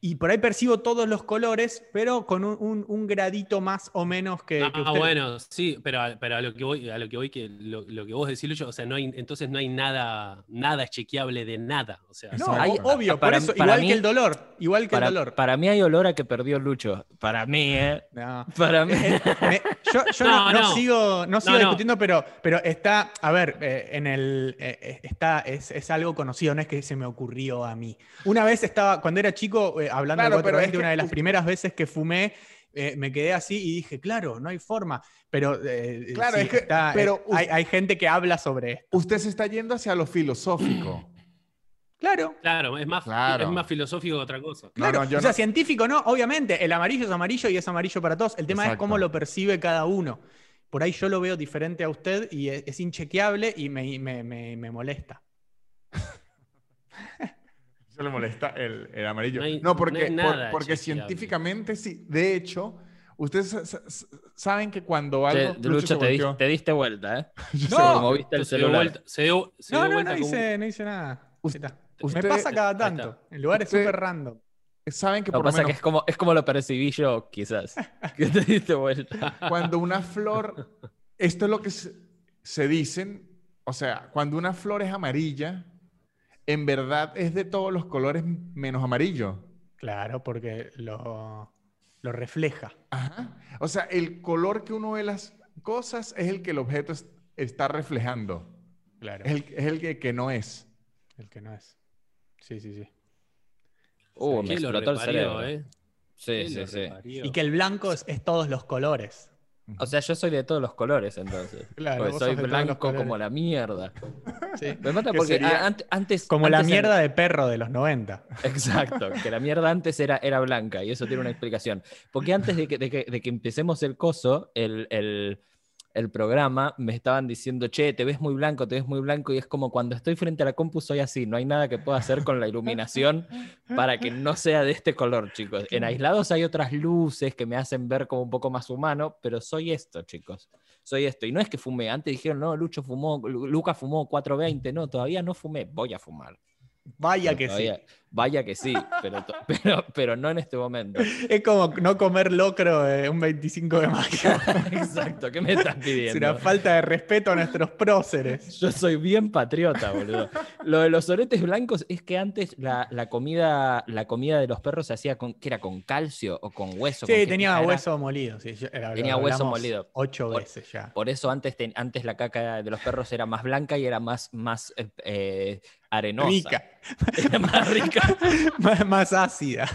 B: y por ahí percibo todos los colores, pero con un, un- un gradito más o menos que. que
C: Ah,
B: usted-
C: bueno, sí, pero, a- pero a lo que voy, a lo que voy que lo, lo que vos decís, Lucho, o sea, no hay, entonces no hay nada, nada es chequeable de nada. O sea,
B: No,
D: Exacto.
B: hay- obvio,
A: Para-
B: por eso,
A: para
B: igual
A: mí-
B: que el dolor, igual que el
A: Para,
B: dolor.
A: para mí hay olor a que perdió Lucho. Para mí, ¿eh?
B: No.
A: Para mí.
B: Eh, Me- yo yo no,
C: No,
B: no
C: no.
B: sigo, no sigo
C: no.
B: discutiendo, pero, pero está, a ver, eh, en el, eh, eh, está, es, es algo conocido, no es que se me ocurrió a mí. Una vez estaba, cuando era chico, eh, hablando
D: Claro,
B: de
D: pero es
B: 420,
D: que
B: una de las
D: us-
B: primeras veces que fumé, eh, me quedé así y dije, claro, no hay forma. Pero, eh,
D: Claro,
B: sí,
D: es que-
B: está, eh,
D: pero us-
B: hay, hay gente que habla sobre esto.
D: Usted se está yendo hacia lo filosófico.
B: Claro.
C: Claro, es más,
D: Claro.
C: es más filosófico que otra cosa.
D: No,
B: Claro,
D: no, yo
B: o sea,
D: no-
B: científico no, obviamente, el amarillo es amarillo y es amarillo para todos. El tema es
D: Exacto.
B: cómo lo percibe cada uno. Por ahí yo lo veo diferente a usted y e-, es, es inchequeable y me, me- me- me molesta.
D: Se le molesta el, el amarillo.
C: No
D: No,
C: hay- no
D: porque,
C: hay
D: por-
C: nada
D: porque
C: chequeable.
D: científicamente sí. De hecho, ustedes sa- sa- sa- saben que cuando algo.
A: Te- Lucho,
D: se
A: te, di-
D: volteó.
A: te diste vuelta, ¿eh?
D: Yo
B: No.
D: sé,
A: Moviste el
C: Se dio
A: celular.
C: vuelta, se dio, se
B: No,
C: dio
B: no,
C: vuelta
B: no
C: como-
B: hice, no hice nada. Ahí
D: Usted-
B: está.
D: usted-
B: me pasa cada tanto,
C: está.
B: en lugares
D: Usted-
B: súper random.
D: saben que
A: Lo que
D: por lo
A: pasa que
D: menos
A: es como, es como lo percibí yo, quizás. Que te diste vuelta.
D: cuando una flor. Esto es lo que se, se dicen. O sea, cuando una flor es amarilla, en verdad es de todos los colores menos amarillo.
B: Claro, porque lo, lo refleja.
D: Ajá. O sea, el color que uno ve las cosas es el que el objeto es- está reflejando.
B: Claro.
D: Es el, es el que, que no es.
B: El que no es. Sí, sí, sí.
A: Uh, me
C: Que lo
A: explotó el
C: reparió,
A: cerebro.
C: eh.
A: Sí,
C: Que
A: sí,
C: lo
A: sí.
C: reparió.
B: Y que el blanco es, es todos los colores.
A: O sea, yo soy de todos los colores, entonces.
B: Claro,
A: Porque
B: vos
A: soy
B: sos de todos los
A: blanco
B: colores.
A: como la mierda.
B: Sí.
A: Me mata
D: Que
A: porque
D: sería-
A: a- ant- antes.
B: Como la
A: antes en-
B: mierda de perro de los 90.
A: Exacto, que la mierda antes era, era blanca y eso tiene una explicación. Porque antes de que, de que- de que empecemos el coso, el, el- el programa, me estaban diciendo, che, te ves muy blanco, te ves muy blanco y es como cuando estoy frente a la compu soy así, no hay nada que pueda hacer con la iluminación para que no sea de este color, chicos. En aislados hay otras luces que me hacen ver como un poco más humano, pero soy esto, chicos. Soy esto. Y no es que fumé, antes dijeron, no, Lucho fumó, Lu- Luca fumó 420, no, todavía no fumé, voy a fumar.
B: Vaya
A: Pero
B: que sí.
A: todavía- Vaya que sí, pero, to- pero, pero no en este momento.
B: Es como no comer locro eh, un 25 de mayo.
A: Exacto, ¿qué me estás
B: Es una
A: pidiendo?
B: falta de respeto a nuestros próceres.
A: Yo soy bien patriota, boludo. Lo de los oretes blancos es que antes la, la comida, la comida de los perros se hacía con, que era con calcio o con hueso. ¿con
B: Sí,
A: qué
B: tenía
A: pija era?
B: hueso molido. sí, yo- era- lo
A: Tenía hueso
B: hablamos
A: molido.
B: Ocho
A: Por-
B: veces ya.
A: Por eso antes, ten- antes la caca de los perros era más blanca y era más, más eh, eh, arenosa.
B: Rica.
A: Era más rica.
B: más, más ácida.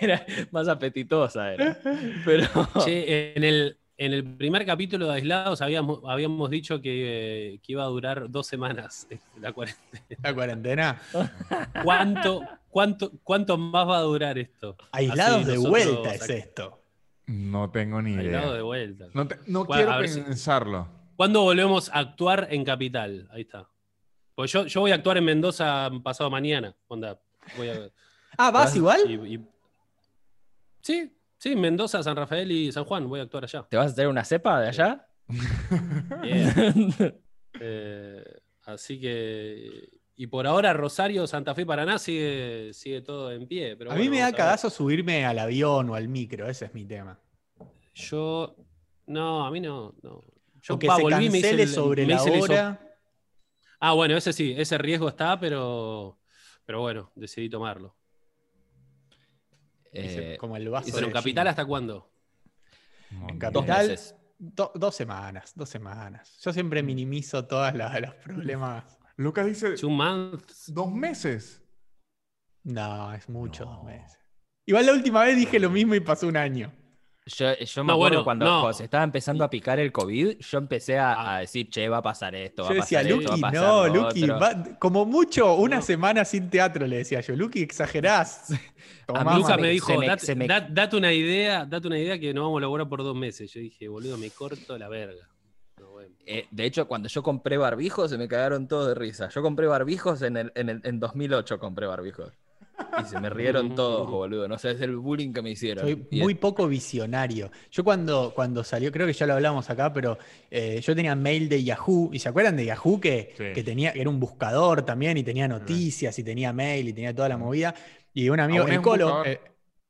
A: Era más apetitosa. Era. Pero
C: Che, en el, en el primer capítulo de Aislados habíamos, habíamos dicho que, eh, que iba a durar dos semanas eh, la cuarentena.
B: La cuarentena.
C: ¿Cuánto, cuánto, ¿Cuánto más va a durar esto?
B: Aislados
C: Así
B: de
C: nosotros
B: vuelta es
C: acá-
B: esto.
D: No tengo ni
C: Aislados
D: idea.
C: de vuelta.
D: No, te- no
C: Bueno, a
D: quiero
C: ver si-
D: pensarlo.
C: ¿Cuándo volvemos a actuar en Capital? Ahí está. Pues yo, yo voy a actuar en Mendoza pasado mañana. Onda, voy a-
B: Ah, ¿vas igual?
C: y- y- Sí, sí, Mendoza, San Rafael y San Juan. Voy a actuar allá.
A: ¿te vas a hacer una cepa de allá?
C: Eh, así que. Y por ahora Rosario, Santa Fe, Paraná sigue, sigue todo en pie. Pero
B: A mí
C: bueno,
B: me da
C: vamos a ver.
B: cagazo subirme al avión o al micro, ese es mi tema.
C: Yo. No, a mí no. no. Yo
B: O que
C: pa,
B: se
C: volví y me hice
B: cancele
C: el-
B: sobre
C: me
B: la
C: hice el hiso-
B: hora.
C: Ah, bueno, ese sí, ese riesgo está, pero. Pero bueno, decidí tomarlo.
B: y se-
A: Eh,
B: como el vaso.
C: Pero
B: de
C: Capital,
B: Gin.
C: ¿hasta cuándo?
D: No,
B: En
D: no.
A: dos
B: Capital,
A: meses.
B: do- dos semanas, dos semanas. Yo siempre
C: Mm.
B: minimizo todos los problemas.
D: Lucas dice
C: Two months.
D: dos meses.
B: No, es mucho, dos
D: No.
B: meses. Igual la última vez dije lo mismo y pasó un año.
A: Yo, yo me
C: No,
A: acuerdo
C: bueno,
A: cuando,
C: no. Ah.
A: cuando se estaba empezando a picar el COVID, yo empecé a, a decir, che, va a pasar esto, va
B: Yo
A: a
B: decía,
A: pasar esto,
B: Lucky,
A: va a pasar
B: no,
A: lo
B: Lucky,
A: otro".
B: va- como mucho una
C: No.
B: semana sin teatro, le decía yo. Lucky, exagerás. Tomá,
A: Mamá,
C: Luca
A: se
C: me
A: me-
C: dijo,
A: se me-
C: "Date-
A: se me-
C: dat- date una idea, date una idea que no vamos a lograr por dos meses. Yo dije, boludo, me corto la verga. No, bueno.
A: Eh, de hecho, cuando yo compré barbijos, se me cagaron todos de risa. Yo compré barbijos en, el, en, el- en 2008, compré barbijos. Y se me
C: Mm.
A: rieron todos, boludo. No sé, es el bullying que me hicieron.
B: Soy
A: Y
B: muy poco visionario. Yo cuando, cuando salió, creo que ya lo hablamos acá, pero eh, yo tenía mail de Yahoo. ¿Y se acuerdan de Yahoo que,
D: Sí.
B: que tenía, que era un buscador también y tenía noticias y tenía mail y tenía toda la movida? Y un amigo,
D: Aún es
B: el
D: Ah, un
B: colo,
D: buscador.
B: eh,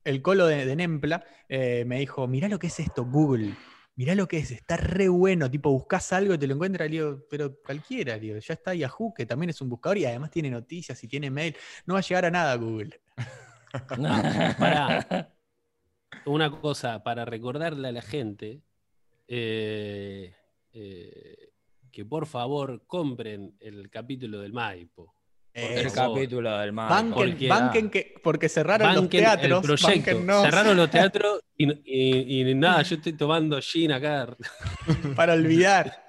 B: el colo de, de Nempla, eh, me dijo, mirá lo que es esto, Google. Mirá lo que es, está re bueno. Tipo, buscas algo y te lo encuentras, le digo, pero cualquiera, le digo, ya está Yahoo, que también es un buscador y además tiene noticias y tiene mail. No va a llegar a nada Google.
C: Pará. Una cosa, para recordarle a la gente eh, eh, que por favor compren el capítulo del Maipo.
A: el
B: Eh,
C: favor.
A: capítulo del mar.
B: Banquen,
C: Porque-
B: banquen que, porque cerraron los
C: Banquen
B: teatros.
C: el proyecto.
B: banquennos
C: Cerraron los teatros y, y- y nada, yo estoy tomando gin acá.
B: para olvidar.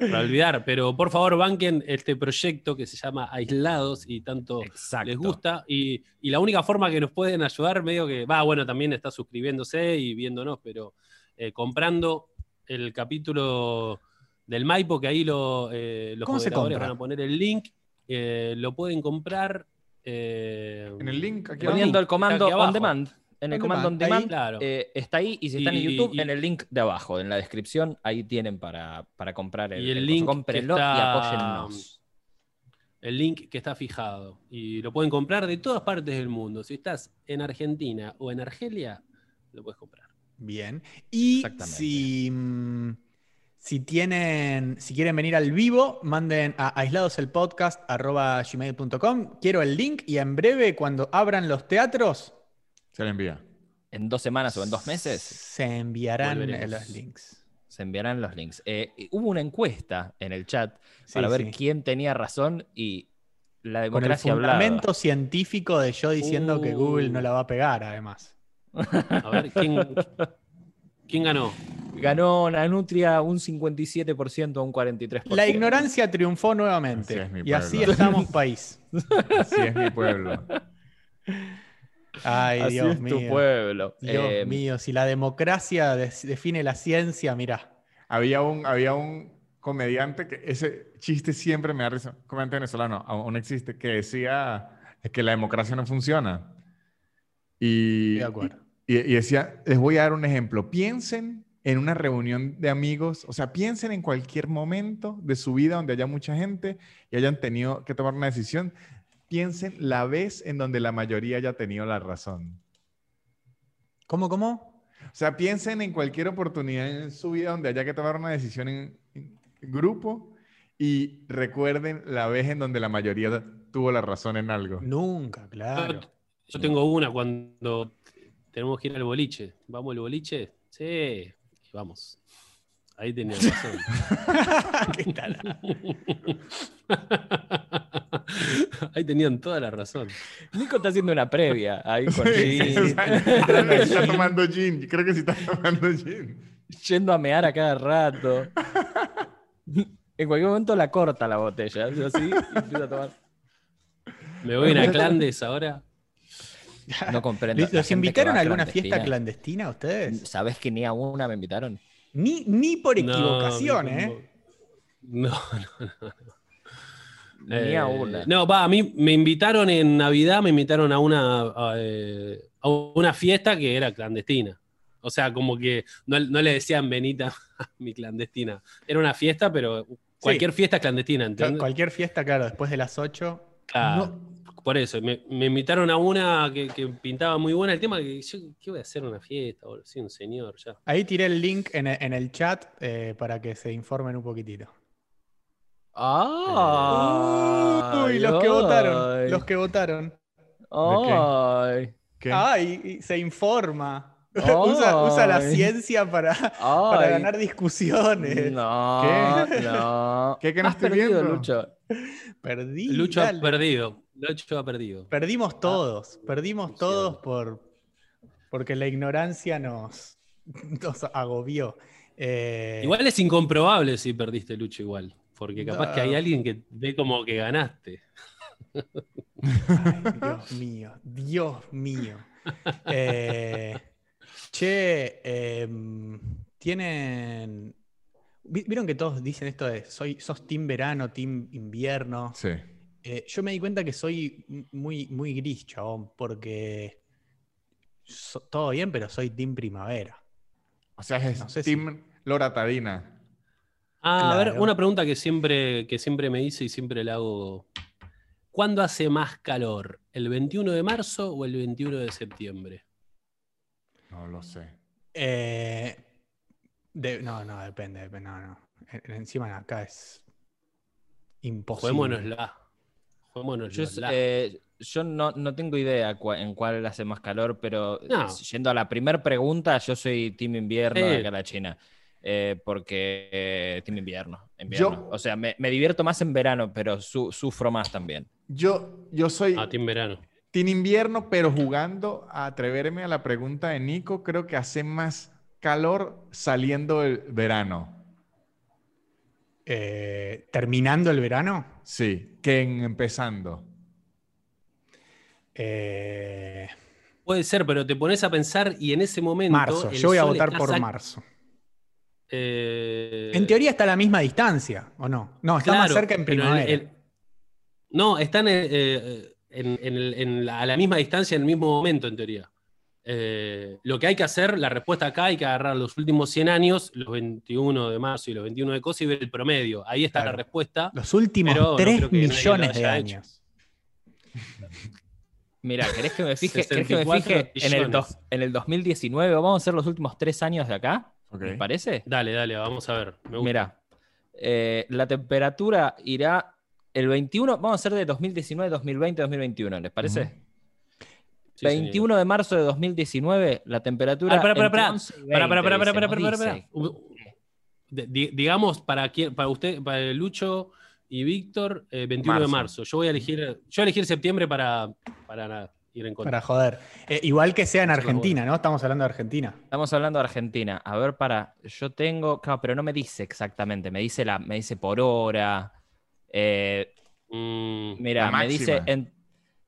C: para olvidar. Pero por favor, banquen este proyecto que se llama Aislados y tanto
A: Exacto.
C: les gusta. Y, y la única forma que nos pueden ayudar, medio que, va, bueno, también está suscribiéndose y viéndonos, pero eh, comprando el capítulo del Maipo, que ahí lo, eh, los
B: ¿Cómo se
C: moderadores
B: compra?
C: van a poner el link. eh, lo pueden comprar. eh,
D: En el link aquí abajo.
A: Poniendo el comando
C: Aquí abajo.
A: on demand. En el
B: On
A: comando on
B: demand, ahí.
A: demand
C: Claro.
A: eh, está ahí y si están en
C: Y-
A: YouTube,
C: y-
A: en el link de abajo, en la descripción, ahí tienen para, para comprar el,
C: Y el
A: coso.
C: link que
A: Cómprenlo
C: está-
A: y apóyennos.
C: el link que está fijado. Y lo pueden comprar de todas partes del mundo. Si estás en Argentina o en Argelia, lo puedes comprar.
B: Bien. Y
A: Exactamente.
B: si, mm, si tienen, si quieren venir al vivo, manden a aisladoselpodcast.gmail.com. Quiero el link y en breve, cuando abran los teatros,
D: Se le envía.
B: mm.
A: En dos semanas o en dos meses
B: se enviarán
C: Volveremos.
B: los links.
A: se enviarán los links. Eh, y hubo una encuesta en el chat
B: Sí,
A: para ver
B: sí.
A: quién tenía razón y la
B: Con el
A: democracia hablaba.
B: fundamento científico de yo diciendo que Google no
C: Uh.
B: la va a pegar, además.
C: A ver, ¿quién, quién ganó?
A: Ganó Nanutria un 57% a un 43%.
B: La ignorancia triunfó
D: Así
B: nuevamente.
D: es mi
B: y así
D: pueblo.
B: estamos país.
D: Así es mi pueblo.
B: Ay,
A: Así
B: Dios
A: es
B: mío.
A: tu pueblo.
B: Dios
A: Eh,
B: mío, si la democracia des- define la ciencia, mirá.
D: Había un, había un comediante que ese chiste siempre me da risa. Un comediante venezolano, aún existe, que decía que la democracia no funciona. Y,
B: Estoy de acuerdo.
D: y, y decía, les voy a dar un ejemplo. Piensen en una reunión de amigos, o sea, piensen en cualquier momento de su vida donde haya mucha gente y hayan tenido que tomar una decisión. Piensen la vez en donde la mayoría haya tenido la razón.
B: ¿Cómo, cómo?
D: O sea, piensen en cualquier oportunidad en su vida donde haya que tomar una decisión en, en grupo y recuerden la vez en donde la mayoría tuvo la razón en algo.
B: Nunca,
C: Yo,
B: claro.
C: yo tengo una cuando tenemos que ir al boliche. ¿Vamos al boliche? Sí, y vamos. Ahí tenía razón.
B: Ah, ¿Qué tal?
C: Ahí tenían toda la razón.
A: Nico está haciendo una previa ahí con
D: O
A: Jin,
D: sea, creo que sí está tomando gin. Creo que sí está tomando gin.
A: yendo a mear a cada rato. En cualquier momento la corta la botella, hace así y empieza a tomar.
C: Me voy a ir a Clandes ahora.
A: No comprendo.
B: ¿Los-
A: la
B: ¿Los
A: gente
B: invitaron
A: que va
B: a alguna fiesta
A: clandestina.
B: clandestina ustedes?
A: ¿Sabés que ni a una me invitaron?
B: Ni, ni por
C: No,
B: equivocación,
C: no,
B: ¿eh?
C: No, no.
A: Ni
C: Eh,
A: a una.
C: No, va, a mí me invitaron en Navidad, me invitaron a una, a, eh, a una fiesta que era clandestina. O sea, como que no, no le decían venita a mi clandestina. Era una fiesta, pero cualquier fiesta es clandestina,
B: Cual-
C: ¿entendés?
B: Cualquier fiesta, claro, después de las 8.
C: Claro. Por eso, me, me invitaron a una que, que pintaba muy buena el tema, que yo, ¿qué voy a hacer una fiesta? boludo? Soy un señor ya.
B: Ahí tiré el link en, e- en el chat eh, para que se informen un poquitito.
A: ¡Ah!
B: Uy, los que votaron. Los que votaron.
A: ¡Ay!
D: ¿Qué?
B: Ay, y- se informa. usa, usa la
A: Ay.
B: ciencia para, para
A: ¡Ay!
B: ganar discusiones.
A: No,
D: ¿Qué?
A: no.
D: ¿Qué que no
A: Has
D: estoy
A: perdido,
D: viendo?
A: Lucho.
B: Perdí.
C: Lucho ha
B: dale.
C: perdido. Lucho ha perdido.
B: Perdimos todos, perdimos
C: Luciano.
B: todos por porque la ignorancia nos, nos agobió. Eh,
C: Igual es incomprobable si perdiste Lucho igual, porque capaz
B: No.
C: que hay alguien que ve como que ganaste.
B: ay, Dios mío, Dios mío. Eh, che, em, tienen. vi- Vieron que todos dicen esto de soy, sos team verano, team invierno.
D: Sí.
B: Eh, yo me di cuenta que soy m- muy, muy gris, chabón, porque so- todo bien, pero soy team primavera.
D: O sea, es
B: No sé si-
D: Team Loratadina.
C: Ah, a ver,
B: Claro.
C: una pregunta que siempre, que siempre me hice y siempre la hago. ¿Cuándo hace más calor? ¿El 21 de marzo o el 21 de septiembre?
D: No lo sé.
B: Eh, de- no, no, depende, depende, no, no. En- Encima acá es imposible.
C: Juguémonosla.
A: Yo,
C: Juguémonosla.
A: eh, yo no, no tengo idea cua- en cuál hace más calor, pero
C: No.
A: yendo a la primera pregunta, yo soy Team Invierno
C: Sí.
A: de acá en la China. Eh, porque eh, Team Invierno. invierno.
D: Yo-
A: O sea, me, me divierto más en verano, pero su- sufro más también.
D: Yo, yo soy
C: Ah, team verano.
D: Team Invierno, pero jugando a atreverme a la pregunta de Nico, creo que hace más calor saliendo del verano.
B: eh, terminando el verano.
D: Sí, que en empezando.
B: Eh,
C: Puede ser, pero te pones a pensar y en ese momento.
B: marzo.
C: el
B: Yo voy a
C: sol
B: votar
C: está
B: por
C: sac-
B: marzo.
C: Eh,
B: En teoría está a la misma distancia, ¿o no? No, está más
C: claro,
B: cerca en
C: pero el-
B: primavera.
C: el- no, están eh, eh, en- en el- en la- a la misma distancia, en el mismo momento, en teoría. Eh, lo que hay que hacer, la respuesta acá, hay que agarrar los últimos 100 años, los 21 de marzo y los 21 de cosa, y ver el promedio. Ahí está
B: Claro.
C: la respuesta.
B: Los últimos
C: Pero no
B: 3
C: creo que nadie lo
B: millones de
C: haya hecho.
B: años.
A: Mira, ¿querés que me fije, querés que me
C: 64
A: fije en, el dos-
C: billones.
A: en el 2019? Vamos a hacer los últimos tres años de acá,
D: Ok.
A: ¿me parece?
C: Dale, dale, vamos a ver. Me gusta.
A: Mira, eh, la temperatura irá el 21, vamos a hacer de 2019, 2020, 2021, ¿les parece?
D: Ujú.
C: Sí, señor.
A: 21 de marzo de 2019, la temperatura.
C: Ah, pará, pará,
A: entre
C: pará.
A: 11 y
C: Para,
A: 20,
C: para, para, para, para,
A: dice,
C: para,
A: nos
C: para,
A: dice.
C: digamos, para, quién- para usted, para Lucho y Víctor, eh, 21 de
D: Marzo.
C: marzo. Yo voy a elegir, yo voy a elegir septiembre para, para nada, ir en contra.
B: Para joder. Eh, igual que sea en
C: Encima,
B: Argentina, ¿no? Estamos hablando de Argentina.
A: Estamos hablando de Argentina. A ver, para. Yo tengo. Claro, pero no me dice exactamente. Me dice, la, me dice por hora. Eh,
C: Mm,
A: mira,
D: La
A: me
D: máxima.
A: dice. en-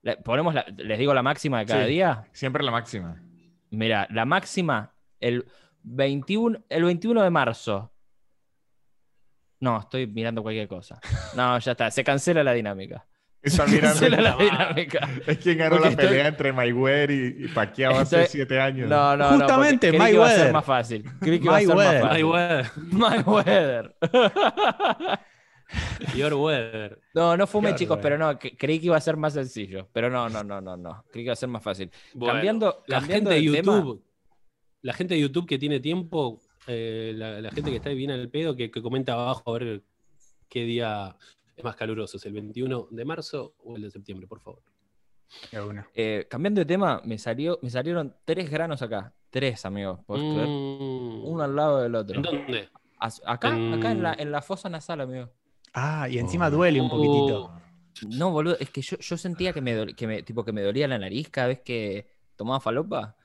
A: le- ponemos la- les digo la máxima de cada
D: Sí.
A: día.
D: Siempre la máxima.
A: Mira, la máxima, el 21, el 21 de marzo. No, estoy mirando cualquier cosa. No, ya está, se cancela la dinámica.
D: Está
A: Se
D: mirando.
A: cancela la
C: Ah.
A: dinámica.
D: Es quien ganó
A: Porque
D: la
A: estoy-
D: pelea entre Mayweather y, y Pacquiao hace
A: Estoy-
D: siete años.
A: No, no, no.
B: Justamente,
A: porque creí que iba a ser
B: Mayweather.
A: más fácil. Creí que iba a ser más
B: Mayweather.
A: fácil.
C: my weather,
A: Mayweather.
C: your weather.
A: No, no fumé,
B: Claro,
C: eh.
A: chicos,
B: bueno.
A: pero no, que- creí que iba a ser más sencillo. Pero no, no, no, no, no. Creí que iba a ser más fácil.
C: Bueno,
A: cambiando
C: la
A: cambiando
C: gente de
A: tema,
C: YouTube, la gente de YouTube que tiene tiempo, eh, la, la gente que está bien al pedo, que, que comenta abajo a ver qué día es más caluroso, es el 21 de marzo o el de septiembre, por favor.
B: De una.
A: eh, cambiando de tema, me, salió, me salieron tres granos acá. Tres, amigos. ¿podés creer?
C: Mm.
A: Uno al lado del otro.
C: ¿En dónde?
A: As- Acá, acá en, la,
C: Mm.
A: en la fosa nasal, amigo.
B: Ah, y encima duele un
C: Oh.
B: poquitito.
A: No, boludo, es que yo, yo sentía que me, dol- que me- tipo, que me dolía la nariz cada vez que tomaba falopa.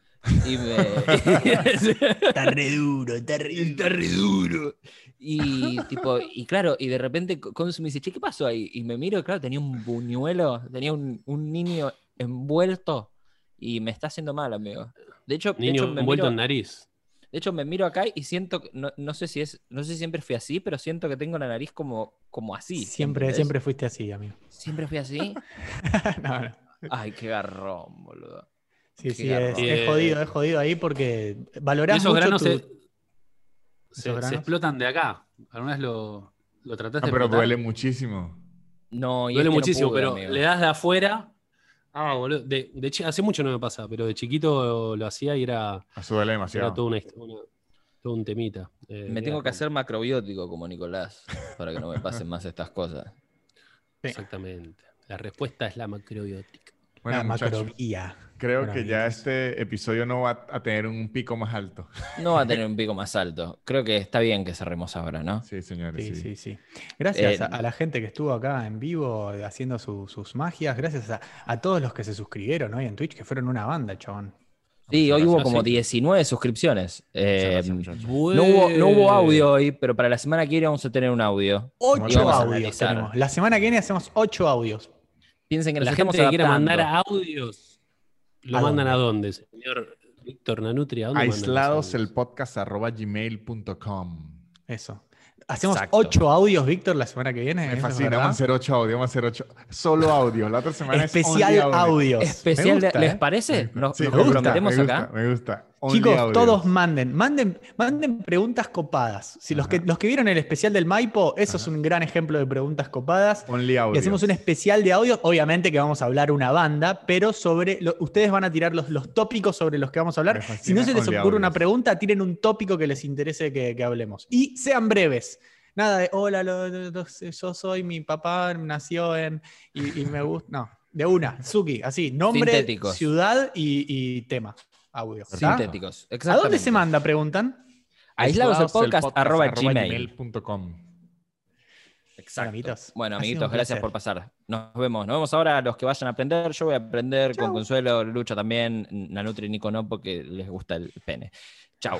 A: Y me.
B: Está re duro, está re
A: Está re duro. Y tipo, y claro, y de repente Co- Consu me dice, che, ¿qué pasó ahí? Y me miro, y claro, tenía un buñuelo, tenía un, un niño envuelto y me está haciendo mal, amigo. De hecho, de
C: Niño
A: hecho, me
C: envuelto
A: miro,
C: en nariz.
A: de hecho, me miro acá y siento, que- no, no sé si es, no sé si siempre fui así, pero siento que tengo la nariz como, como así.
B: Siempre,
A: ¿entendés?
B: siempre fuiste así, amigo.
A: Siempre fui así.
B: No, no.
A: Ay, qué garrón, boludo.
B: Sí,
A: Qué
B: sí, es,
A: garrón.
B: es jodido, es jodido ahí porque valorás
C: Esos
B: mucho
C: granos
B: tu-
C: se, se- se
B: granos.
C: explotan de acá. ¿Alguna vez lo, lo trataste
A: Ah,
D: No,
C: de
D: Ah, pero
C: explotar?
D: duele muchísimo.
A: No, y este
C: Duele
A: no
C: muchísimo,
A: pude,
C: pero
A: amigo.
C: le das de afuera. Ah, boludo. De, de chi- hace mucho no me pasa, pero de chiquito lo hacía y era,
D: Eso duele demasiado.
C: era todo, una- una- todo un temita. Eh,
A: Me tengo
C: era
A: que
C: como-
A: hacer macrobiótico como Nicolás para que no me pasen más estas cosas.
C: Exactamente. La respuesta es la macrobiótica.
D: Bueno,
B: la
D: muchachos,
B: macrovía.
D: creo
B: Bueno,
D: que ya este episodio no va a tener un pico más alto.
A: No va a tener un pico más alto. Creo que está bien que cerremos ahora, ¿no?
D: Sí, señores.
B: Sí,
D: sí.
B: sí, sí. Gracias
A: Eh,
B: a, a la gente que estuvo acá en vivo eh, haciendo su- sus magias. Gracias a, a todos los que se suscribieron hoy en Twitch, que fueron una banda, chabón.
A: Sí, hoy hubo
C: gracias,
A: como
C: sí.
A: 19 suscripciones. Eh,
D: Muchas gracias, muchachos.
A: no, hubo, no hubo audio hoy, pero para la semana que viene vamos a tener un audio.
D: Ocho
B: Ocho
A: vamos a
B: audios
A: analizar.
B: tenemos. La semana que viene hacemos ocho audios.
A: Piensen que nos
C: La
A: estamos
C: gente que quiera
A: adaptando.
C: mandar audios, ¿lo
B: ¿A dónde?
C: mandan a dónde, señor Víctor Nanutri? ¿A dónde mandan los
D: Aislados
C: audios?
D: el podcast arroba gmail.com.
B: Eso. Hacemos
A: Exacto.
B: ocho audios, Víctor, la semana que viene.
D: Me
B: ¿eso es
D: fascina,
B: verdad?
D: vamos a hacer ocho audio, vamos a hacer ocho. Solo audio, la otra semana
B: Especial
D: es only
B: audios.
A: Especial,
B: Me
A: de-
B: gusta,
A: ¿les
B: ¿eh?
A: parece? Nos,
D: Sí,
A: nos
D: me gusta,
A: comprometemos
D: me gusta,
A: acá.
D: Me gusta. Only
B: Chicos,
D: audio.
B: todos manden, manden, manden preguntas copadas. Si los
D: Ajá.
B: que, los que vieron el especial del Maipo, eso es
D: Ajá.
B: un gran ejemplo de preguntas copadas.
D: Only
B: Y
D: audio.
B: hacemos un especial de audio, obviamente que vamos a hablar una banda, pero sobre lo- ustedes van a tirar los, los tópicos sobre los que vamos a
D: Me
B: hablar.
D: fascina
B: Si no se les
D: only
B: ocurre una
D: audios.
B: pregunta, tiren un tópico que les interese que, que hablemos. Y sean breves. Nada de, hola, lo- lo- lo- yo soy, mi papá nació en, y, y me gusta. No, de una, Suki, así, nombre,
A: Sintéticos.
B: ciudad y, y tema, audio. ¿está?
A: Sintéticos.
B: ¿A dónde se
A: exactamente.
B: manda? Preguntan.
A: Aislados el podcast, arroba gmail.
D: gmail.com.
A: Exacto.
B: Bueno, amiguitos,
A: bueno,
B: ha sido
A: amiguitos,
B: un
A: gracias
B: placer.
A: por pasar. Nos vemos. Nos vemos ahora los que vayan a aprender. Yo voy a aprender
B: Chau.
A: con Consuelo, Lucho también, Nanutri y Nico no, porque les gusta el pene. Chau.